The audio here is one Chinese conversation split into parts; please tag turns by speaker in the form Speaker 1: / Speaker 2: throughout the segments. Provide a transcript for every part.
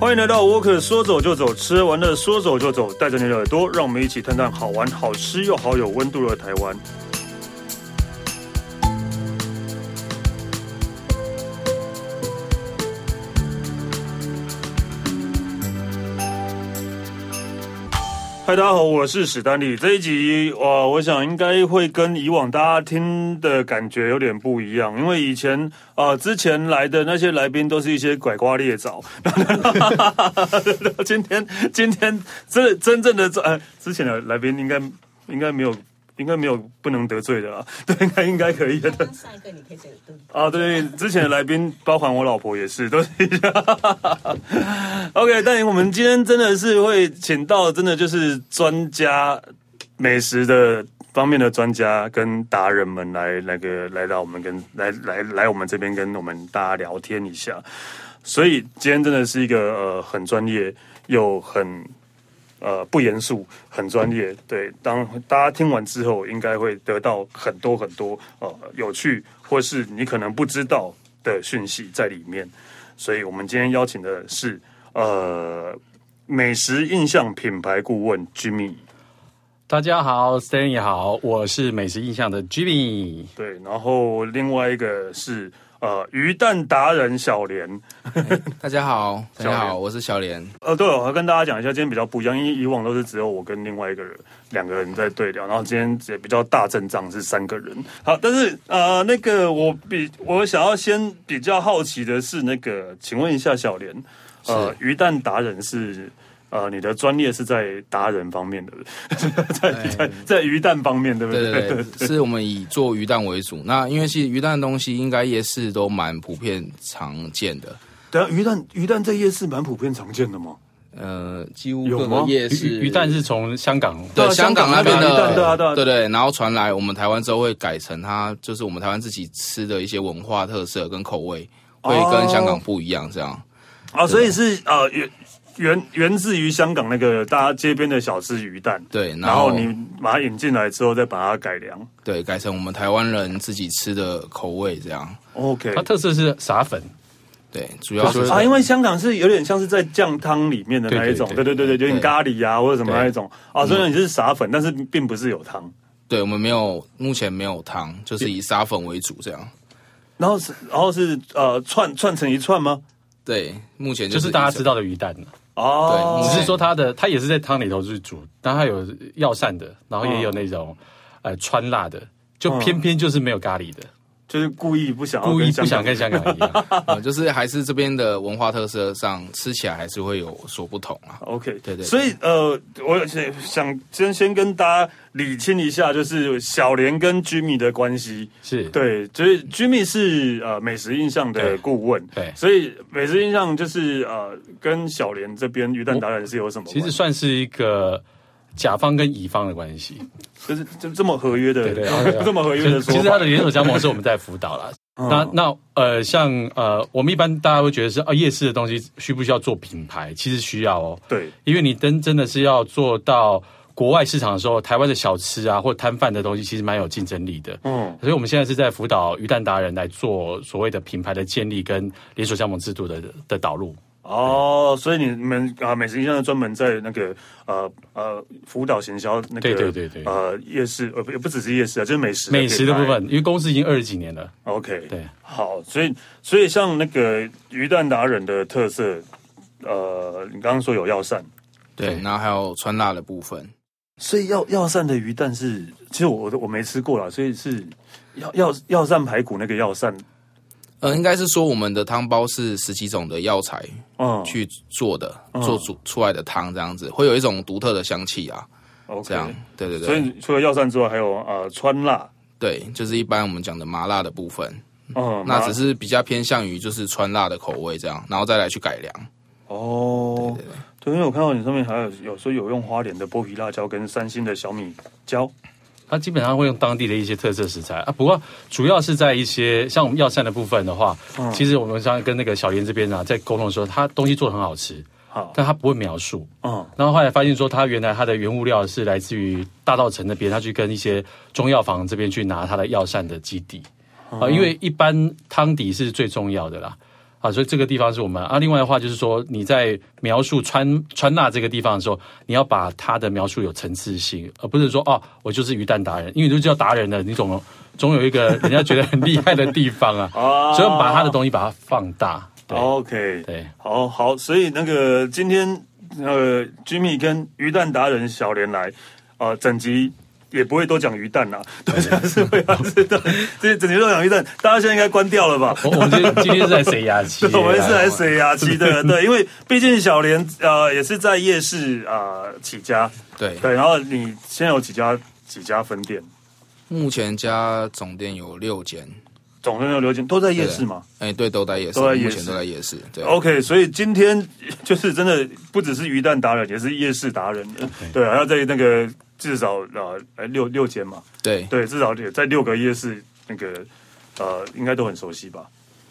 Speaker 1: 欢迎来到沃克，说走就走，吃完了说走就走，带着你的耳朵，让我们一起探探好玩、好吃又好有温度的台湾。嗨，大家好，我是史丹利。这一集哇，我想应该会跟以往大家听的感觉有点不一样，因为以前呃之前来的那些来宾都是一些拐瓜裂枣，今天今天真真正的呃之前的来宾应该应该没有。应该没有不能得罪的啦，对， 应该应该可以的。
Speaker 2: 刚刚上一个你可以整顿。
Speaker 1: 啊，对，之前的来宾，包含我老婆也是，都是 一样。OK，但我们今天真的是会请到，真的就是专家，美食的方面的专家跟达人们来那个来到我们跟来来来我们这边跟我们大家聊天一下。所以今天真的是一个呃很专业又很呃不严肃，很专业。对，当大家听完之后，应该会得到很多很多呃有趣或是你可能不知道的讯息在里面。所以我们今天邀请的是呃美食印象品牌顾问 Jimmy。
Speaker 3: 大家好，Stan 也好，我是美食印象的 Jimmy。
Speaker 1: 对，然后另外一个是呃鱼蛋达人小莲。
Speaker 4: 大家好，大
Speaker 1: 小
Speaker 4: 家
Speaker 1: 莲
Speaker 4: 好，我是小莲。
Speaker 1: 呃，对，我要跟大家讲一下，今天比较不一样，因为以往都是只有我跟另外一个人两个人在对聊，然后今天也比较大阵仗是三个人。好，但是呃，那个我比我想要先比较好奇的是，那个请问一下小莲，呃，鱼蛋达人是呃你的专业是在达人方面的， 在在在鱼蛋方面对不
Speaker 4: 哎对对对，是我们以做鱼蛋为主。那因为其实鱼蛋的东西应该夜市都蛮普遍常见的，
Speaker 1: 等下鱼蛋鱼蛋在夜市蛮普遍常见的吗？
Speaker 4: 呃，几乎
Speaker 1: 有
Speaker 4: 各
Speaker 1: 吗
Speaker 4: 个夜市
Speaker 3: 鱼鱼蛋是从香港
Speaker 1: 对啊
Speaker 4: 对香港那边
Speaker 1: 香港那边
Speaker 4: 的，
Speaker 1: 对啊对啊对
Speaker 4: 对对，然后传来我们台湾之后会改成它，就是我们台湾自己吃的一些文化特色跟口味会跟香港不一样，这样。
Speaker 1: 啊，所以是呃源源源自于香港那个大家街边的小吃鱼蛋。
Speaker 4: 对，
Speaker 1: 然
Speaker 4: 然
Speaker 1: 后
Speaker 4: 后
Speaker 1: 你把它引进来之后，再把它改良。
Speaker 4: 对改成我们台湾人自己吃的口味这样。
Speaker 1: OK，
Speaker 3: 它特色是撒粉，
Speaker 4: 对，主要是
Speaker 1: 啊啊，因为香港是有点像是在酱汤里面的那一种，对
Speaker 3: 对
Speaker 1: 对对对，有点
Speaker 4: 对
Speaker 1: 咖喱啊或者什么
Speaker 4: 对
Speaker 1: 那一种啊，虽然你是撒粉，但是并不是有汤。
Speaker 4: 对我们没有目前没有汤，就是以沙粉为主这样。
Speaker 1: 然后是然后是呃串串成一串吗？
Speaker 4: 对，目前
Speaker 3: 就是大家知
Speaker 4: 道，
Speaker 3: 道的鱼蛋。啊
Speaker 1: 哦，
Speaker 4: 对
Speaker 3: 只是说它的，它也是在汤里头去煮，但它有药膳的，然后也有那种、呃川辣的，就偏偏就是没有咖喱的，
Speaker 1: 就是故意不想要
Speaker 3: 故意
Speaker 1: 哦跟香
Speaker 3: 不想
Speaker 1: 港
Speaker 3: 跟香港一样。
Speaker 4: 呃就是还是这边的文化特色上吃起来还是会有所不同啊。
Speaker 1: OK，
Speaker 4: 对对
Speaker 1: 所以呃，我想想先先跟大家理清一下，就是小莲跟 Jimmy 的关系。
Speaker 3: 是，
Speaker 1: 对，所以 Jimmy 是呃美食印象的
Speaker 3: 对
Speaker 1: 顾问，
Speaker 3: 对
Speaker 1: 所以美食印象就是呃跟小莲这边鱼蛋达人是有什么
Speaker 3: 其
Speaker 1: 关
Speaker 3: 实
Speaker 1: 系？
Speaker 3: 算是一个甲方跟乙方的关系。
Speaker 1: 就是就这么合约的，
Speaker 3: 对 对对对
Speaker 1: 这么合约的
Speaker 3: 其
Speaker 1: 说法。嗯
Speaker 3: 实它的连锁加盟是我们在辅导啦。那那呃，像呃，我们一般大家会觉得是啊，夜市的东西需不需要做品牌？其实需要哦，
Speaker 1: 对
Speaker 3: 因为你真真的是要做到国外市场的时候，台湾的小吃啊或摊贩的东西，其实蛮有竞争力的。
Speaker 1: 嗯
Speaker 3: 嗯，所以我们现在是在辅导鱼蛋达人来做所谓的品牌的建立跟连锁加盟制度的的导入。
Speaker 1: 哦，所以你们啊美食印象专门在那个呃呃辅导行销那个
Speaker 3: 对对对对
Speaker 1: 呃夜市呃不不只是夜市啊，就是美食
Speaker 3: 美食的
Speaker 1: 品牌
Speaker 3: 部。分，因为公司已经二十几年了，
Speaker 1: OK，
Speaker 3: 对，
Speaker 1: 好，所以所以像那个鱼蛋达人的特色，呃，你刚刚说有药膳。
Speaker 4: 对，然后还有川辣的部分，
Speaker 1: 所以药药膳的鱼蛋是，其实我我都我没吃过啦，所以是药药药膳排骨那个药膳，
Speaker 4: 呃，应该是说我们的汤包是十几种的药材
Speaker 1: 嗯，
Speaker 4: 去做的，做煮出来的汤这样子，会有一种独特的香气啊。
Speaker 1: OK
Speaker 4: 这样，对对
Speaker 1: 所
Speaker 4: 对，
Speaker 1: 以除了药膳之外，还有呃川辣，
Speaker 4: 对，就是一般我们讲的麻辣的部分，
Speaker 1: 嗯，
Speaker 4: 那
Speaker 1: 麻
Speaker 4: 只是比较偏向于就是川辣的口味这样，然后再来去改良。
Speaker 1: 哦，对因为我看到你上面还有有说有用花莲的剥皮辣椒跟三星的小米椒，
Speaker 3: 它基本上会用当地的一些特色食材啊，不过主要是在一些像我们药膳的部分的话，其实我们像跟那个小莲这边啊，在沟通的时候，它东西做的很好吃，
Speaker 1: 好，
Speaker 3: 但它不会描述。
Speaker 1: 嗯，，
Speaker 3: 然后后来发现说，它原来它的原物料是来自于大道城那边，他去跟一些中药房这边去拿它的药膳的基底啊、因为一般汤底是最重要的啦。啊，所以这个地方是我们啊。另外的话就是说，你在描述川川纳这个地方的时候，你要把它的描述有层次性，而不是说哦，我就是鱼蛋达人，因为你就叫达人了，你总总有一个人家觉得很厉害的地方啊
Speaker 1: 啊
Speaker 3: 所以我们把他的东西把它放大。 对
Speaker 1: OK，
Speaker 3: 对
Speaker 1: 好好，所以那个今天呃，Jimmy 跟鱼蛋达人小莲来，呃，整集。也不会多讲鱼 蛋啦、大家是会啊，是的，这整集都讲鱼蛋，大家现在应该关掉 了吧？？
Speaker 3: 我我们今天今天是在谁牙期
Speaker 1: 我们是来水牙期
Speaker 3: 啊
Speaker 1: 的，对，因为毕竟小莲呃也是在夜市啊、呃起家，
Speaker 4: 对，
Speaker 1: 对，然后你现在有几家几家分店，
Speaker 4: 目前家总店有六间，
Speaker 1: 总共有六间，都在夜市吗？
Speaker 4: 哎，对，都在夜市，
Speaker 1: 都在夜市
Speaker 4: 目前都在夜市。对，
Speaker 1: OK，所以今天 就是真的不只是鱼蛋达人，也是夜市达人了。对，啊还要在那个至少呃哎六六间嘛，
Speaker 4: 对，
Speaker 1: 对，至少也在六个夜市那个呃应该都很熟悉吧？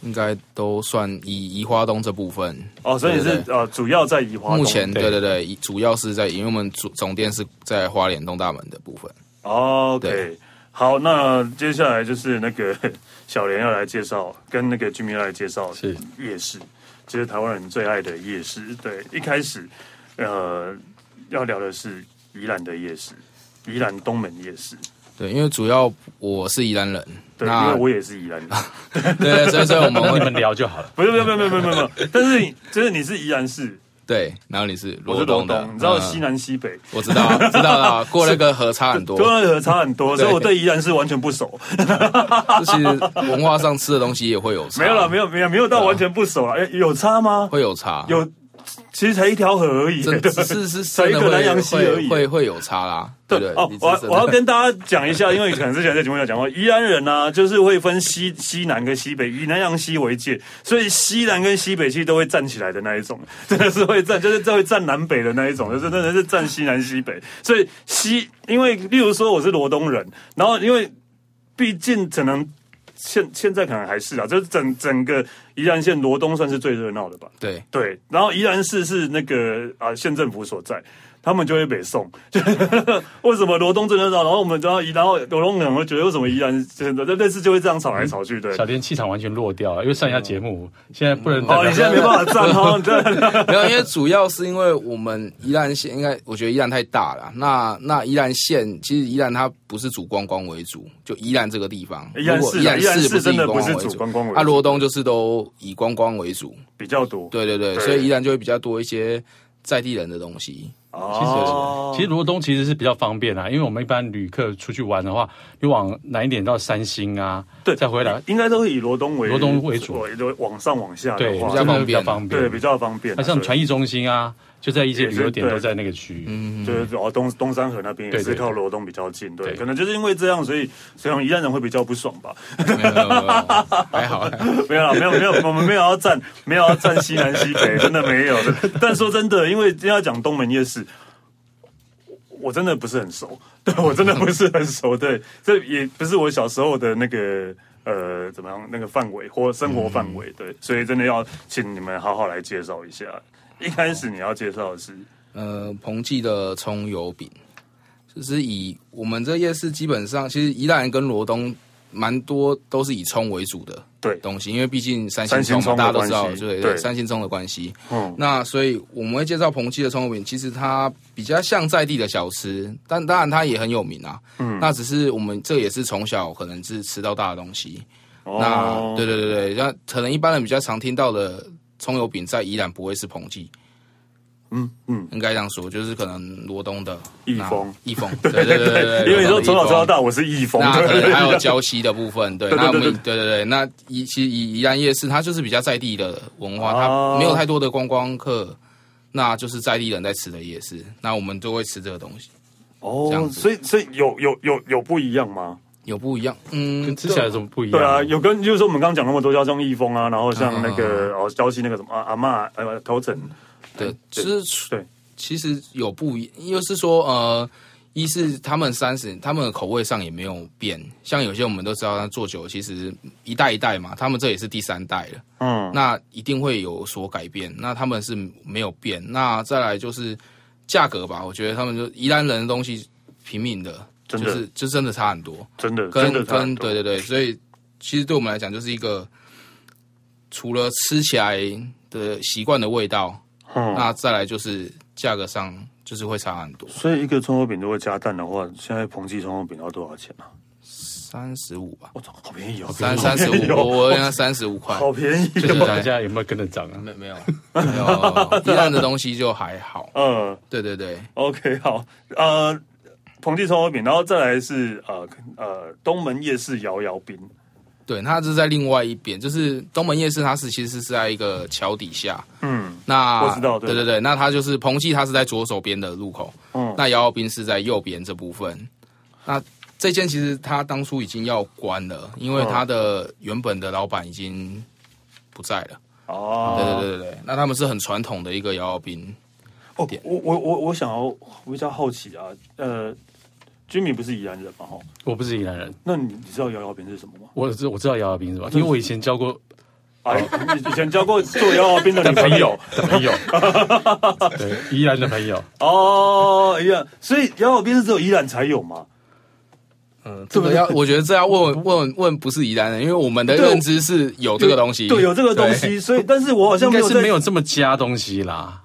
Speaker 4: 应该都算以宜花东这部分。
Speaker 1: 哦，所以你
Speaker 4: 对
Speaker 1: 是
Speaker 4: 对
Speaker 1: 呃主要在宜花东
Speaker 4: 目前
Speaker 3: 对
Speaker 4: 对对对，以主要是在，因为我们主总店是在花莲东大门的部分。
Speaker 1: 哦 OK
Speaker 4: 对。
Speaker 1: 好，那接下来就是那个 小莲要来介绍，跟那个居民要来介绍
Speaker 3: 是
Speaker 1: 夜市，这是台湾人最爱的夜市。对，一开始呃要聊的是宜兰的夜市，宜兰东门夜市。
Speaker 4: 对，因为主要我是宜兰人，
Speaker 1: 对，因
Speaker 4: 那
Speaker 1: 为我也是宜兰人，
Speaker 4: 对，所以所以我们
Speaker 3: 你
Speaker 4: 会
Speaker 3: 们聊就好了。
Speaker 1: 不是，不是，不是，不是，不是，不是，不是但是你，就是你是宜兰市，
Speaker 4: 对，然后你是
Speaker 1: 我是罗
Speaker 4: 罗东的
Speaker 1: 东，，你知道
Speaker 4: 嗯
Speaker 1: 西南西北，
Speaker 4: 我知道，知道了，过那个河差很 多
Speaker 1: 中，南河差很多，
Speaker 4: 对
Speaker 1: 所以我对宜兰市完全不 熟。
Speaker 4: 就是文化上吃的东西也会有差，
Speaker 1: 没有了，没有，没有，没有到完全不熟啊。哎，有差吗？
Speaker 4: 会有差，
Speaker 1: 有，其实才一条河而已。
Speaker 4: 真
Speaker 1: 对
Speaker 4: 是是 是
Speaker 1: 才一
Speaker 4: 真的
Speaker 1: 个南洋
Speaker 4: 会
Speaker 1: 溪而已
Speaker 4: 会会会有差啦，对对
Speaker 1: 哦，我我要跟大家讲一下，因为可能之前在节目上讲过，宜兰人呢、啊就是会分西西南跟西北，以南洋西为界，所以西南跟西北其实都会站起来的那一种， 真的是会站，就是会站南北的那一种，就是真的是站西南西北。所以西，因为例如说我是罗东人，然后因为毕竟只能。现现在可能还是啊，就是整整个宜兰县罗东算是最热闹的吧。
Speaker 4: 对
Speaker 1: 对，然后宜兰市是那个啊、县政府所在，他们就会北送。 就为什么罗东真的绕？然后我们知道宜，然后罗东人会觉得为什么宜兰真的类似就会这样吵来吵去的。
Speaker 3: 小天气场完全落掉了，因为上一下节目，现在不能
Speaker 1: 哦，你现在没办法 站哦，你这
Speaker 4: 没有，因为主要是因为我们宜兰县应该，我觉得宜兰太大了。啊那那宜兰县其实宜兰它不是主观光为主，就宜兰这个地方，
Speaker 1: 宜兰
Speaker 4: 如果
Speaker 1: 市啊
Speaker 4: 宜兰
Speaker 1: 宜兰市
Speaker 4: 不是
Speaker 1: 真
Speaker 4: 以
Speaker 1: 的
Speaker 4: 观
Speaker 1: 不是
Speaker 4: 光为
Speaker 1: 主观光为主
Speaker 4: 啊，罗东就是都以观光为主，
Speaker 1: 比较多。
Speaker 4: 对对对，
Speaker 1: 对
Speaker 4: 所以宜兰就会比较多一些在地人的东西。
Speaker 3: 其实
Speaker 1: 哦，
Speaker 3: 其实罗东其实是比较方便啊，因为我们一般旅客出去玩的话，你往南一点到三星啊，
Speaker 1: 对，
Speaker 3: 再回来，
Speaker 1: 应该都会以罗东为
Speaker 3: 罗东为主
Speaker 1: 为往上往下
Speaker 3: 对，
Speaker 1: 的话
Speaker 4: 比较，
Speaker 3: 真的比较方
Speaker 4: 方便
Speaker 3: 便。
Speaker 1: 啊对比较方便啊。
Speaker 3: 那像
Speaker 1: 对
Speaker 3: 传艺中心啊，就在一些
Speaker 1: 也
Speaker 3: 旅
Speaker 1: 是
Speaker 3: 游点
Speaker 1: 对
Speaker 3: 都在那个区域。
Speaker 1: 就是哦，东东山河那边也
Speaker 3: 对
Speaker 1: 是
Speaker 3: 对对
Speaker 1: 靠罗东比较近，对，
Speaker 3: 对
Speaker 1: 可能就是因为这样，所以所以宜兰人会比较不爽吧。
Speaker 4: 没有没有没 有呃还好，还好
Speaker 1: 没有啦，没有没有，我们没有要站，没有要站西南西北，真的没有。但说真的，因为今天要讲东门夜市，我真的不是很熟，对我真的不是很熟，对，这也不是我小时候的那个呃怎么样那个范围或生活范围，对，所以真的要请你们好好来介绍一下。一开始你要介绍的是
Speaker 4: 呃，彭记的葱油饼，就是以我们这夜市基本上，其实宜兰跟罗东蛮多都是以葱为主的
Speaker 1: 对
Speaker 4: 东西，因为毕竟三
Speaker 1: 三
Speaker 4: 星
Speaker 1: 星
Speaker 4: 葱嘛
Speaker 1: 葱的
Speaker 4: 大家都知道，
Speaker 1: 关系
Speaker 4: 对
Speaker 1: 对
Speaker 4: 对，三星葱的关系。
Speaker 1: 嗯
Speaker 4: 那所以我们会介绍彭记的葱油饼，其实它比较像在地的小吃，但当然它也很有名啊。嗯，那只是我们这也是从小可能是吃到大的东西。
Speaker 1: 哦
Speaker 4: 那对对对对，那可能一般人比较常听到的葱油饼，在宜兰不会是彭记，
Speaker 1: 嗯嗯
Speaker 4: 应该这样说，就是可能罗东的
Speaker 1: 易
Speaker 4: 那
Speaker 1: 风
Speaker 4: 易风，对对对对对，
Speaker 1: 因为你说从小
Speaker 4: 罗
Speaker 1: 吃到
Speaker 4: 东的
Speaker 1: 大，我是易
Speaker 4: 易
Speaker 1: 风，
Speaker 4: 风，那可
Speaker 1: 对
Speaker 4: 能还有礁溪的部分，对，
Speaker 1: 对对
Speaker 4: 那我们
Speaker 1: 对
Speaker 4: 对对对，那宜其实宜宜兰夜市，它就是比较在地的文化，
Speaker 1: 哦
Speaker 4: 它没有太多的观光客，那就是在地人在吃的夜市，那我们就会吃这个东西，这
Speaker 1: 哦
Speaker 4: 样，子
Speaker 1: 所以所以有有有有不一样吗？
Speaker 4: 有不一样，嗯
Speaker 3: 跟，吃起来有什么不一样？
Speaker 1: 对啊，有跟就是说我们刚刚讲那么多，像像易风啊，然后
Speaker 4: 嗯
Speaker 1: 像那个、哦，娇妻那个什么啊阿嬷呃头枕，
Speaker 4: 对，
Speaker 1: 对
Speaker 4: 吃
Speaker 1: 对
Speaker 4: 其实有不一，又是说呃，一是他们三十，他们的口味上也没有变，像有些我们都知道，他做酒其实一代一代嘛，他们这也是第三代了，
Speaker 1: 嗯，
Speaker 4: 那一定会有所改变。那他们是没有变，那再来就是价格吧，我觉得他们就宜兰人的东西平民的，
Speaker 1: 真的
Speaker 4: 就是就真的差很多，
Speaker 1: 真的真
Speaker 4: 跟
Speaker 1: 的差
Speaker 4: 跟
Speaker 1: 很多
Speaker 4: 对对对，所以其实对我们来讲就是一个。除了吃起来的习惯的味道，
Speaker 1: 嗯，
Speaker 4: 那再来就是价格上就是会差很多，
Speaker 1: 所以一个葱油饼如果加蛋的话，现在彭记葱油饼要多少钱啊？
Speaker 4: 三十五吧，
Speaker 1: 我操，好便宜哦，
Speaker 4: 三 三十五，我我那三十五块，
Speaker 1: 好便宜
Speaker 4: 就
Speaker 1: 哦，
Speaker 4: 是
Speaker 3: 大家有没有跟着涨啊？
Speaker 4: 没没有没有，一样的东西就还好，
Speaker 1: 嗯
Speaker 4: 对对对，
Speaker 1: ，OK，好，呃，彭记葱油饼，然后再来是呃呃东门夜市摇摇饼，
Speaker 4: 对，它是在另外一边，就是东门夜市，它是其实是在一个桥底下。
Speaker 1: 嗯
Speaker 4: 那
Speaker 1: 我知道对
Speaker 4: 对对对，那它就是彭记，它是在左手边的路口，
Speaker 1: 嗯
Speaker 4: 那姚斌是在右边这部分。那这间其实它当初已经要关了，因为
Speaker 1: 嗯
Speaker 4: 它的原本的老板已经不在了。对
Speaker 1: 哦，
Speaker 4: 对对对对，那他们是很传统的一个姚斌，
Speaker 1: 哦，我我我我想要我比较好奇啊，呃，Jimmy 不是宜兰人嘛？哈，
Speaker 3: 我不是宜兰人，
Speaker 1: 那你你知道摇摇饼是什么吗？
Speaker 3: 我知我知道姚亚斌是吧？
Speaker 1: 嗯
Speaker 3: 因为我以前交过
Speaker 1: 啊，你以前交过做摇摇饼的
Speaker 3: 的
Speaker 1: 女
Speaker 3: 朋友的 朋友，对宜兰的朋友，
Speaker 1: 哦，宜兰，所以摇摇饼是只有宜兰才有嘛？
Speaker 3: 嗯，
Speaker 4: 这个嗯要我觉得这要问问问不是宜兰人，因为我们的
Speaker 1: 对
Speaker 4: 认知是有哦这个东西，
Speaker 1: 对，有这个东西，嗯所以但是我好像
Speaker 3: 应
Speaker 1: 没
Speaker 3: 该
Speaker 1: 有
Speaker 3: 是
Speaker 1: 在
Speaker 3: 没有这么加东西啦，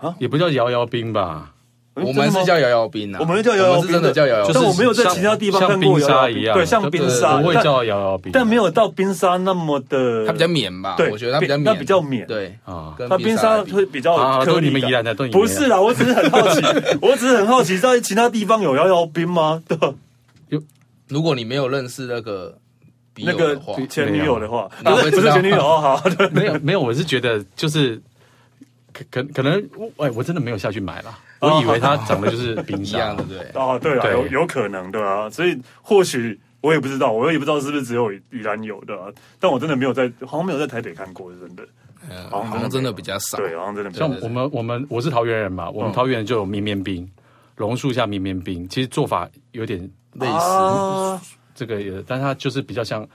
Speaker 1: 啊
Speaker 3: 也不叫摇摇冰吧，
Speaker 1: 哎
Speaker 4: 我们
Speaker 1: 真的
Speaker 4: 是
Speaker 1: 吗
Speaker 4: 叫摇摇冰啊，
Speaker 1: 我们是叫摇摇
Speaker 4: 我
Speaker 1: 冰
Speaker 4: 们是真的叫摇摇
Speaker 3: 就
Speaker 4: 冰，
Speaker 3: 是
Speaker 1: 但我没有在
Speaker 3: 像
Speaker 1: 其他地方
Speaker 3: 像
Speaker 1: 看过
Speaker 3: 冰
Speaker 1: 摇摇
Speaker 3: 沙
Speaker 1: 冰
Speaker 3: 一样，
Speaker 1: 对像冰沙
Speaker 3: 不会
Speaker 1: 但
Speaker 3: 叫摇摇冰，
Speaker 1: 但没有到冰沙那么的，
Speaker 4: 它比较绵吧，
Speaker 1: 对
Speaker 4: 我觉得它比较绵，
Speaker 1: 它比较绵
Speaker 4: 对
Speaker 3: 啊
Speaker 4: 跟
Speaker 1: 它冰沙
Speaker 4: 比
Speaker 1: 会比较
Speaker 3: 啊，
Speaker 1: 颗
Speaker 3: 都
Speaker 1: 粒
Speaker 3: 你们
Speaker 1: 感
Speaker 3: 宜兰的，都你们
Speaker 1: 不
Speaker 3: 宜兰
Speaker 1: 是啦，我只是很好奇， 我只是很好奇，在其他地方有摇摇冰吗？ 对吧，
Speaker 4: 如果你没有认识那个笔
Speaker 1: 那
Speaker 4: 友
Speaker 1: 个
Speaker 4: 的话，
Speaker 1: 前女友的话，
Speaker 4: 那
Speaker 1: 不
Speaker 4: 我
Speaker 1: 是
Speaker 4: 会
Speaker 1: 不
Speaker 4: 知
Speaker 1: 是
Speaker 4: 道
Speaker 1: 前女友，哦好，对
Speaker 3: 没有没有，我是觉得就是可可可能我哎，我真的没有下去买啦，
Speaker 1: 哦
Speaker 3: 我以为它长得就是冰
Speaker 4: 一
Speaker 3: 沙，
Speaker 4: 样的对。
Speaker 1: 哦，对啊，
Speaker 3: 对
Speaker 1: 有有可能对啊，所以或许我也不知道，我也不知道是不是只有宜兰有的、啊，但我真的没有在，好像没有在台北看过，是真的，
Speaker 4: 嗯
Speaker 1: 好
Speaker 4: 好像真的比较少。
Speaker 1: 对，好像真的没有
Speaker 3: 像我们我们我是桃园人嘛，我
Speaker 1: 嗯
Speaker 3: 们桃园就有绵绵冰，榕树下绵绵冰，其实做法有点类似，
Speaker 1: 啊
Speaker 3: 这个也，但它就是比较像，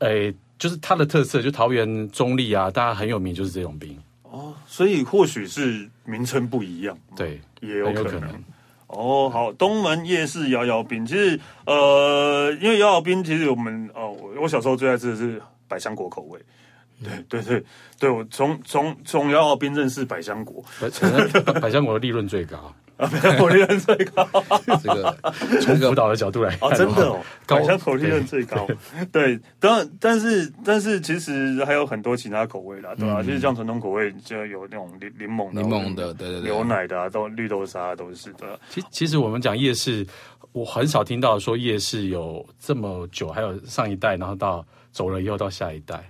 Speaker 3: 诶、就是它的特色，就桃园中立啊，大家很有名就是这种冰，
Speaker 1: 哦，所以或许是名称不一样，
Speaker 3: 对，
Speaker 1: 也有
Speaker 3: 很
Speaker 1: 可
Speaker 3: 有
Speaker 1: 能。
Speaker 3: 可能
Speaker 1: 哦，好，东门夜市摇摇冰，其实呃，因为摇摇冰，其实我们呃，我我小时候最爱吃的是百香果口味。对对对对，我从从从摇摇冰认识百香果，
Speaker 3: 百百百百香果的利润最高，
Speaker 1: 我利润最高
Speaker 4: 这 个
Speaker 3: 从辅导的角度来看
Speaker 1: 哦，真
Speaker 3: 话
Speaker 1: 的哦，
Speaker 3: 高
Speaker 1: 百香口利润最高。 对，当然，但是但是其实还有很多其他口味啦，对
Speaker 3: 嗯
Speaker 1: 吧、就是像传统口味，就有那种柠柠檬的啊、
Speaker 4: 柠檬的对对对
Speaker 1: 牛奶的啊，都绿豆沙都是的。
Speaker 3: 其其实我们讲夜市，我很少听到说夜市有这么久，还有上一代，然后到走了以后到下一代。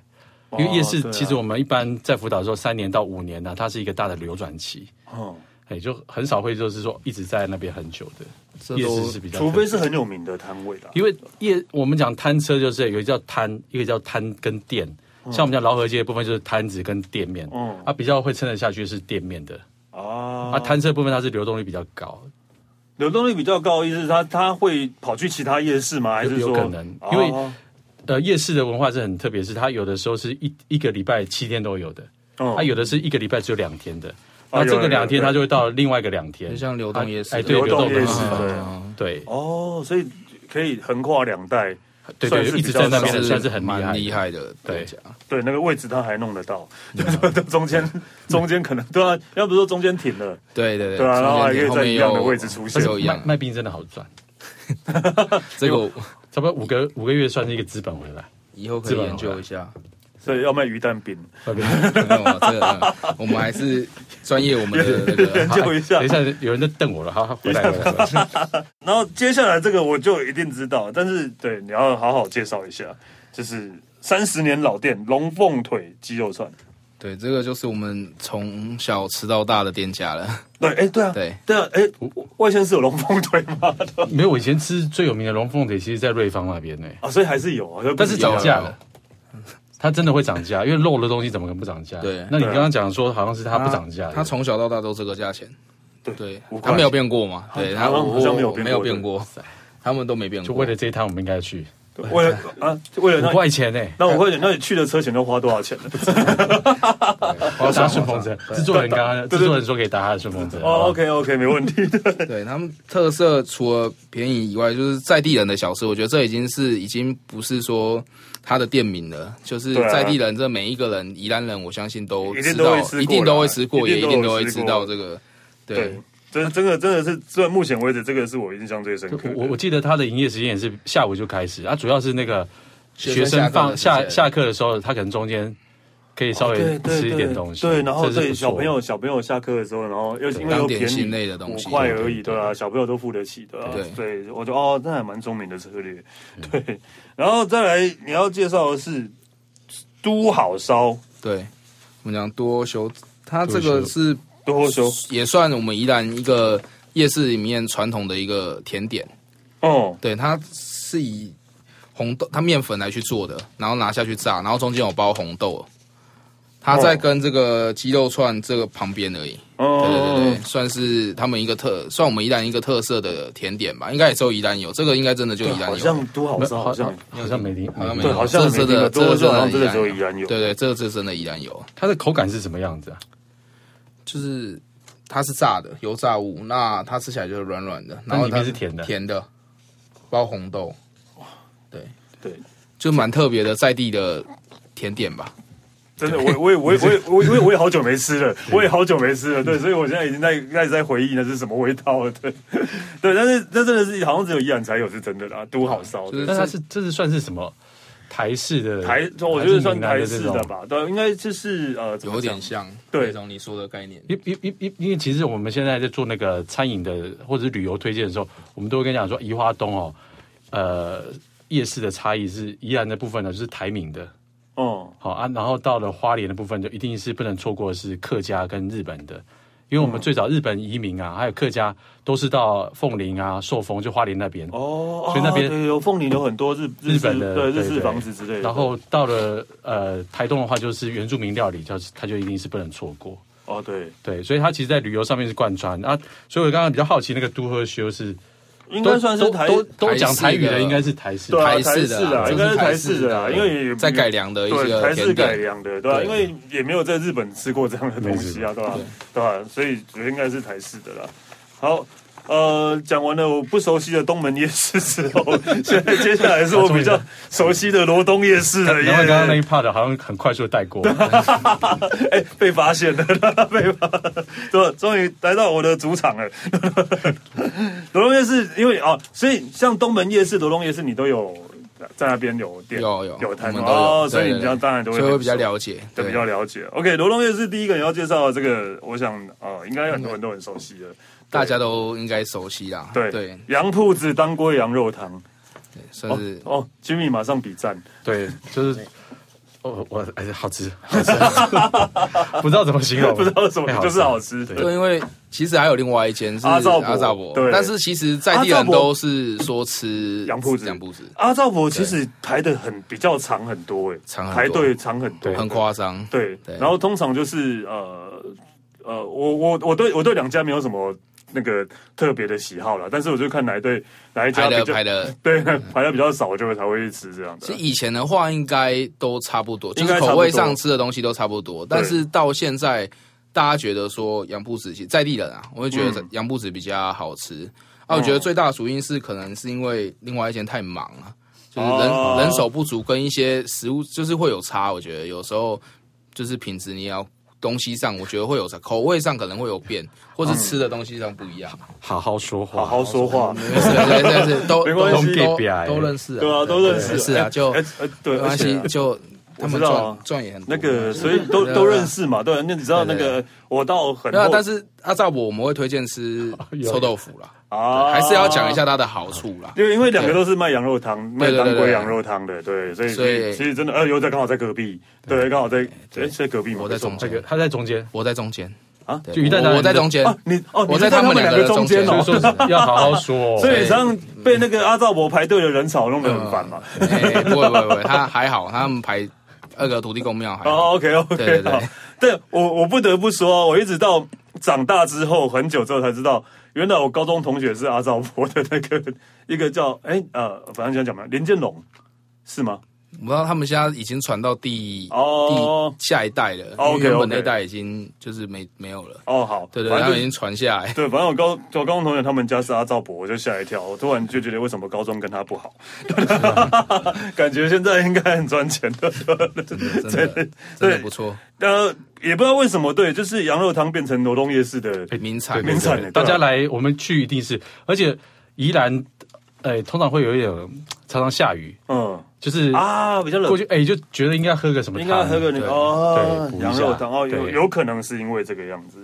Speaker 3: 因为夜市，
Speaker 1: 对啊
Speaker 3: 其实我们一般在辅导的时候，三年到五年呢、它是一个大的流转期，
Speaker 1: 嗯，
Speaker 3: 哎，就很少会就是说一直在那边很久的
Speaker 4: 这
Speaker 3: 夜
Speaker 4: 都
Speaker 3: 市是比较特别，
Speaker 1: 嗯除非是很有名的摊位啦。
Speaker 3: 因为夜我们讲摊车就是有一个叫摊，一个叫摊跟店，像我们讲劳合街的部分就是摊子跟店面，
Speaker 1: 嗯
Speaker 3: 啊比较会撑得下去是店面的，
Speaker 1: 啊
Speaker 3: 啊摊车部分它是流动率比较高，
Speaker 1: 流动率比较高，意思是他他会跑去其他夜市吗？还是说
Speaker 3: 有有可能
Speaker 1: 哦
Speaker 3: 因为呃，夜市的文化是很特别，是它有的时候是一一个礼拜七天都有的，
Speaker 1: 嗯
Speaker 3: 它有的是一个礼拜只有两天的。
Speaker 1: 啊
Speaker 3: 那这
Speaker 1: 有有
Speaker 3: 个两天，
Speaker 1: 有
Speaker 3: 它就会到另外一个两天，
Speaker 4: 就像流动夜市
Speaker 3: 啊哎，对，
Speaker 1: 流
Speaker 3: 流
Speaker 1: 动
Speaker 3: 动
Speaker 1: 夜
Speaker 3: 夜
Speaker 1: 市
Speaker 3: 市，
Speaker 1: 对
Speaker 3: 对
Speaker 1: 哦，所以可以横跨两代，
Speaker 3: 对
Speaker 1: 算
Speaker 3: 对，
Speaker 1: 是
Speaker 3: 一直
Speaker 1: 比较
Speaker 3: 在那边
Speaker 1: 少
Speaker 3: 的
Speaker 1: 数
Speaker 3: 算是很厉害
Speaker 4: 蛮
Speaker 3: 的
Speaker 4: 厉害的
Speaker 3: 对
Speaker 4: 店家，
Speaker 1: 对那个位置他还弄得到， 中间中间可能对啊，要不说中间停了，
Speaker 4: 对对对
Speaker 1: 对啊然后还
Speaker 4: 中
Speaker 1: 可以
Speaker 4: 间
Speaker 1: 在
Speaker 4: 后面
Speaker 1: 一样的
Speaker 4: 有
Speaker 1: 位置出现
Speaker 4: 都一样
Speaker 3: 卖。卖冰真的好赚，
Speaker 4: 这个
Speaker 3: 差不多五个五个月算是一个资本回 来。
Speaker 4: 以后可以研究一下。
Speaker 1: 所以要卖鱼蛋饼，
Speaker 3: 拜拜
Speaker 4: 没有啊，这个嗯我们还是专业我们的那
Speaker 1: 研
Speaker 4: 个。
Speaker 1: 究一下
Speaker 3: 等一。下有人在瞪我了，好，好回来回来。 回来
Speaker 1: 然后接下来这个我就一定知道，但是对你要好好介绍一下，就是三十年老店龙凤腿鸡肉串。
Speaker 4: 对，这个就是我们从小吃到大的店家了。
Speaker 1: 对，哎，对啊，
Speaker 4: 对
Speaker 1: 对啊，哎，外县市有龙凤腿吗？对啊
Speaker 3: 没有，我以前吃最有名的龙凤腿，其实在瑞芳那边呢，
Speaker 1: 啊，所以还是有啊，
Speaker 3: 但是
Speaker 1: 讲
Speaker 3: 涨
Speaker 4: 有
Speaker 3: 价了。它真的会涨价，因为肉的东西怎么可能不涨价？
Speaker 4: 对
Speaker 3: 那你刚刚讲说好像是它不涨
Speaker 1: 啊
Speaker 3: 价，
Speaker 4: 他从小到大都这个价钱。
Speaker 1: 对
Speaker 4: 对
Speaker 1: 五，块
Speaker 4: 他没有变过嘛？对，
Speaker 1: 他
Speaker 4: 他
Speaker 1: 好像好像没有变过
Speaker 4: 没有变过，他们都没变
Speaker 3: 就
Speaker 4: 过。
Speaker 3: 为了这一趟，我们应该去
Speaker 1: 为了啊，为了
Speaker 3: 五
Speaker 1: 那
Speaker 3: 块钱呢、
Speaker 1: 那我会，那你去的车钱都花多少钱呢？
Speaker 3: 我要搭顺风车，制作人刚刚制作人说可以搭他的顺风车。
Speaker 1: 哦，OK OK，没问题的。
Speaker 4: 对他们特色除了便宜以外，就是在地人的小吃，我觉得这已经是已经不是说它的店名了，就是
Speaker 1: 对啊
Speaker 4: 在地人，这每一个人宜兰人，我相信都
Speaker 1: 一
Speaker 4: 知
Speaker 1: 定都会
Speaker 4: 道
Speaker 1: 吃，过
Speaker 4: 一定都会吃
Speaker 1: 啦
Speaker 4: 过，也
Speaker 1: 一
Speaker 4: 一
Speaker 1: 定
Speaker 4: 定
Speaker 1: 都
Speaker 4: 都
Speaker 1: 会
Speaker 4: 会
Speaker 1: 吃
Speaker 4: 知
Speaker 1: 过
Speaker 4: 道这个。对
Speaker 1: 对，，真真的真的是，这目前为止，这个是我印象最深刻
Speaker 3: 我
Speaker 1: 的。
Speaker 3: 我我记得他的营业时间也是下午就开始，啊，主要是那个学
Speaker 4: 学生
Speaker 3: 生
Speaker 4: 下课
Speaker 3: 放
Speaker 4: 的时间
Speaker 3: 下下课的时候，他可能中间可以稍微
Speaker 1: 哦对对
Speaker 3: 吃一点
Speaker 1: 对
Speaker 3: 东西，
Speaker 1: 对，然后
Speaker 3: 这是
Speaker 1: 对
Speaker 3: 不错
Speaker 1: 小朋友小朋友下课的时候，然后又因为又
Speaker 4: 当
Speaker 1: 便
Speaker 4: 点心
Speaker 1: 宜，
Speaker 4: 类的东
Speaker 1: 五
Speaker 4: 西，
Speaker 1: 块
Speaker 4: 对
Speaker 1: 而已，
Speaker 3: 对
Speaker 1: 对啊，小朋友都付得起的啊
Speaker 4: 对。嗯
Speaker 1: 对，我觉得哦，那还蛮聪明的策略。对，然后再来你要介绍的是都好烧
Speaker 4: 对，我们讲多修，它这
Speaker 3: 多
Speaker 4: 个
Speaker 3: 修
Speaker 4: 是
Speaker 1: 多修
Speaker 4: 也算我们宜兰一个夜市里面传统的一个甜点。
Speaker 1: 哦，
Speaker 4: 对，它是以红豆它面粉来去做的，然后拿下去炸，然后中间有包红豆，它在
Speaker 1: 哦
Speaker 4: 跟这个鸡肉串这个旁边而已。对对对
Speaker 1: 哦
Speaker 4: 对，，算是他们一个特，算我们宜兰一个特色的甜点吧，应该也只有宜兰有，这个应该真的就宜兰
Speaker 1: 好
Speaker 4: 有。
Speaker 1: 像都好
Speaker 3: 没
Speaker 1: 烧，好像
Speaker 3: 呃好像没听，
Speaker 4: 好像没
Speaker 1: 对，
Speaker 4: 有
Speaker 1: 好像
Speaker 4: 这
Speaker 1: 没
Speaker 4: 真的
Speaker 1: 听过
Speaker 4: 这
Speaker 1: 都好像
Speaker 4: 真
Speaker 1: 真
Speaker 4: 的
Speaker 1: 的只有宜兰有。
Speaker 4: 对对，这个这真的宜兰有，
Speaker 3: 它的口感是什么样子啊？
Speaker 4: 就是它是炸的油炸物，那它吃起来就是软软的，然
Speaker 3: 那
Speaker 4: 后
Speaker 3: 里
Speaker 4: 它
Speaker 3: 面是甜的
Speaker 4: 甜的，包红豆，对
Speaker 1: 对，
Speaker 4: 就蛮特别的在地的甜点吧。
Speaker 1: 真的，我我也我也我也我也因为我也好久没吃 了，我也好久没吃了，对，所以我现在已经在开始在回忆那是什么味道了，对， 对，但是那真的是好像只有宜兰才有，是真的啦，都好烧，
Speaker 4: 就是
Speaker 1: 对
Speaker 3: 但它是这是算是什么台式的
Speaker 1: 台，我觉得算台
Speaker 3: 还是
Speaker 1: 式
Speaker 3: 闽南
Speaker 1: 的
Speaker 3: 这种。
Speaker 1: 吧，对，应该就是呃，怎么
Speaker 4: 有
Speaker 1: 讲
Speaker 4: 点像
Speaker 1: 对
Speaker 4: 那种你说的概念。
Speaker 3: 因因因因因为其实我们现在在做那个餐饮的或者是旅游推荐的时候，我们都会跟你讲说，宜花东哦，呃，夜市的差异是宜兰的部分呢，就是台闽的，
Speaker 1: 哦，
Speaker 3: 好啊，然后到了花莲的部分，就一定是不能错过的是客家跟日本的，因为我们最早日本移民啊，还有客家都是到凤林啊、寿丰就花莲那边，
Speaker 1: 哦，
Speaker 3: 所以那边
Speaker 1: 哦对有凤梨有很多日日
Speaker 3: 日
Speaker 1: 式
Speaker 3: 本的
Speaker 1: 对
Speaker 3: 对
Speaker 1: 日式
Speaker 3: 对
Speaker 1: 房子之类的，
Speaker 3: 然后到了呃台东的话，就是原住民料理，就是它就一定是不能错过。
Speaker 1: 哦对，
Speaker 3: 对，所以它其实，在旅游上面是贯穿啊。所以我刚刚比较好奇，那个都和修是
Speaker 1: 应
Speaker 3: 应
Speaker 1: 该算是台
Speaker 3: 都都
Speaker 4: 台式
Speaker 3: 讲台语的，
Speaker 4: 的
Speaker 3: 应该是台式
Speaker 1: 对啊
Speaker 4: 台式
Speaker 1: 台
Speaker 4: 的
Speaker 1: 式的啊
Speaker 4: 啦，这
Speaker 1: 应该是台
Speaker 4: 台
Speaker 1: 式的啦因为
Speaker 4: 在改良的一
Speaker 1: 对，
Speaker 4: 些
Speaker 1: 台式
Speaker 4: 甜
Speaker 1: 改
Speaker 4: 点，
Speaker 1: 良的，对吧、啊
Speaker 4: 对
Speaker 1: 因为也没有在日本吃过这样的东西啊，对吧、对吧、所以觉得应该是台式的啦。好，呃，讲完了我不熟悉的东门夜市之后， 现在接下来是我比
Speaker 3: 啊
Speaker 1: 较熟悉的罗东夜市了耶。
Speaker 3: 然后刚刚那一 part 好像很快速地带过，
Speaker 1: 哎、被发现了， 被发，对，终于来到我的主场了。 罗东夜市，因为哦，所以像东门夜市、罗东夜市，你都有在那边有店，
Speaker 4: 有有
Speaker 1: 有摊
Speaker 4: 我们都有
Speaker 1: 哦，
Speaker 4: 对
Speaker 1: 所以
Speaker 4: 对
Speaker 1: 你这样
Speaker 4: 对
Speaker 1: 当然都会
Speaker 4: 所以
Speaker 1: 很
Speaker 4: 会比较
Speaker 1: 熟
Speaker 4: 了解。
Speaker 1: 对，
Speaker 4: 对，
Speaker 1: 比较了解。OK，罗东夜市第一个你要介绍的这个，我想呃，应该很多人都很熟悉的。
Speaker 4: 大家都应该熟悉啦。
Speaker 1: 对
Speaker 4: 对，
Speaker 1: 羊铺子当归羊肉汤。
Speaker 4: 算
Speaker 1: 哦
Speaker 4: 是
Speaker 1: 哦，Jimmy 马上比赞。
Speaker 3: 对，就是。哦，我哎，好吃，好吃， 好吃不知道怎么形 容，
Speaker 1: 不知道什么
Speaker 3: 哎
Speaker 1: 就是好吃
Speaker 3: 对
Speaker 4: 对，因为其实还有另外一间是
Speaker 1: 阿赵伯
Speaker 4: 阿萨伯
Speaker 1: 对，
Speaker 4: 但是其实在地
Speaker 1: 阿
Speaker 4: 人
Speaker 1: 赵伯
Speaker 4: 都是说吃
Speaker 1: 羊铺子
Speaker 4: 羊铺子
Speaker 1: 阿赵伯其实排的很比较长很多哎，
Speaker 4: 长很多
Speaker 1: 排队长很多
Speaker 3: 对。
Speaker 4: 很夸张。
Speaker 1: 对，
Speaker 4: 对
Speaker 1: 然后通常就是呃呃，我我我对我对两家没有什么那个特别的喜好啦，但是我就看哪一对哪一家
Speaker 4: 排
Speaker 1: 比呃
Speaker 4: 的
Speaker 1: 较
Speaker 4: 排的，
Speaker 1: 对 排的比较少，我就才会去吃这样啊
Speaker 4: 其
Speaker 1: 的
Speaker 4: 实。以前的话应该都差不多，
Speaker 1: 应
Speaker 4: 就
Speaker 1: 该
Speaker 4: 是
Speaker 1: 差不多
Speaker 4: 口味上吃的东西都差不多，但是到现在大家觉得说杨铺子其实在地人啊，我会觉
Speaker 1: 嗯
Speaker 4: 得
Speaker 1: 哦
Speaker 4: 杨铺子比较好吃。啊，我觉得最大的主因是可能是因为另外一间太忙了，就是人、
Speaker 1: 哦
Speaker 4: 人手不足，跟一些食物就是会有差。我觉得有时候就是品质你也要。东西上我觉得会有差，口味上可能会有变，或
Speaker 1: 嗯
Speaker 4: 是吃的东西上不一样。
Speaker 3: 好好说话，
Speaker 1: 好好
Speaker 4: 哦
Speaker 1: 说话。
Speaker 4: 没事没事没事，都
Speaker 1: 没关系
Speaker 4: 都
Speaker 3: 给
Speaker 4: 都
Speaker 3: 表
Speaker 4: 都认识 啊，
Speaker 1: 对啊，都认识，
Speaker 4: 是啊，
Speaker 1: 哎
Speaker 4: 就
Speaker 1: 哎哎对，
Speaker 4: 没关
Speaker 1: 而且
Speaker 4: 系
Speaker 1: 啊，
Speaker 4: 就他
Speaker 1: 知
Speaker 4: 们
Speaker 1: 道啊
Speaker 4: 赚赚也很多
Speaker 1: 那个，所以
Speaker 4: 对
Speaker 1: 都
Speaker 4: 对对啊
Speaker 1: 都认识嘛，对，那你知道那个我到很
Speaker 4: 对啊
Speaker 1: 后，
Speaker 4: 但是阿照我我们会推荐吃
Speaker 3: 有
Speaker 4: 臭豆腐 啦，
Speaker 1: 啊
Speaker 4: 还是要讲一下，它的好处啦。
Speaker 1: 因为因为两个都是卖羊肉汤，卖
Speaker 4: 对对对
Speaker 1: 当归
Speaker 4: 对
Speaker 1: 羊肉汤的，对，所以
Speaker 4: 所以
Speaker 1: 其实真的，呃，有在刚好在隔壁，对，刚好在哎在隔壁嘛，
Speaker 4: 我在中
Speaker 1: 不错
Speaker 4: 间
Speaker 3: 这个它在中间，
Speaker 4: 我在中间
Speaker 1: 啊
Speaker 4: 对
Speaker 3: 就一代代
Speaker 4: 我我在中间
Speaker 1: 啊，你哦，你
Speaker 4: 我
Speaker 1: 是
Speaker 4: 在
Speaker 1: 在
Speaker 4: 他
Speaker 1: 他
Speaker 4: 们
Speaker 1: 们两
Speaker 4: 两
Speaker 1: 个
Speaker 4: 个
Speaker 1: 中间
Speaker 3: 所
Speaker 1: 哦
Speaker 3: 以，说是要好好说哦。
Speaker 1: 所以
Speaker 4: 对
Speaker 1: 你常常被那个阿赵伯排队的人潮弄得很烦嘛。
Speaker 4: 哎不会不会不会，他还好，他们排那个土地公庙还好。
Speaker 1: 哦，OK
Speaker 4: 对对
Speaker 1: OK，
Speaker 4: 对
Speaker 1: 好。对我我不得不说，哦我一直到长大之后很久之后才知道，原来我高中同学是阿赵伯的那个一个叫哎呃，反正这样讲嘛，连建龙是吗？
Speaker 4: 我不知道他们现在已经传到第、
Speaker 1: 哦
Speaker 4: 第下一代了，
Speaker 1: 哦
Speaker 4: 因为原
Speaker 1: OK，OK
Speaker 4: 本那代已经就是没没有了。
Speaker 1: 哦，好，
Speaker 4: 对对，
Speaker 1: 反
Speaker 4: 他
Speaker 1: 正
Speaker 4: 们
Speaker 1: 就
Speaker 4: 已经传下 来。
Speaker 1: 对，反正我高我高中同学他们家是阿赵伯，我就吓一跳，我突然就觉得为什么高中跟他不 好，感觉现在应该很赚钱的。
Speaker 4: 真的
Speaker 1: 对
Speaker 4: 真
Speaker 1: 对
Speaker 4: 的不错，
Speaker 1: 呃，也不知道为什么，对，就是羊肉汤变成罗东夜市的，
Speaker 3: 哎
Speaker 4: 名产
Speaker 1: 名产欸
Speaker 3: 大家来，我们去一定是，而且宜兰，哎，通常会有一点常常下雨，
Speaker 1: 嗯
Speaker 3: 就是
Speaker 1: 啊，比较冷
Speaker 3: 过，去哎就觉得应该喝个什么
Speaker 1: 应
Speaker 3: 汤，
Speaker 1: 该喝个那个哦
Speaker 3: 对，补一下
Speaker 1: 羊肉汤哦，有
Speaker 3: 对
Speaker 1: 有可能是因为这个样子。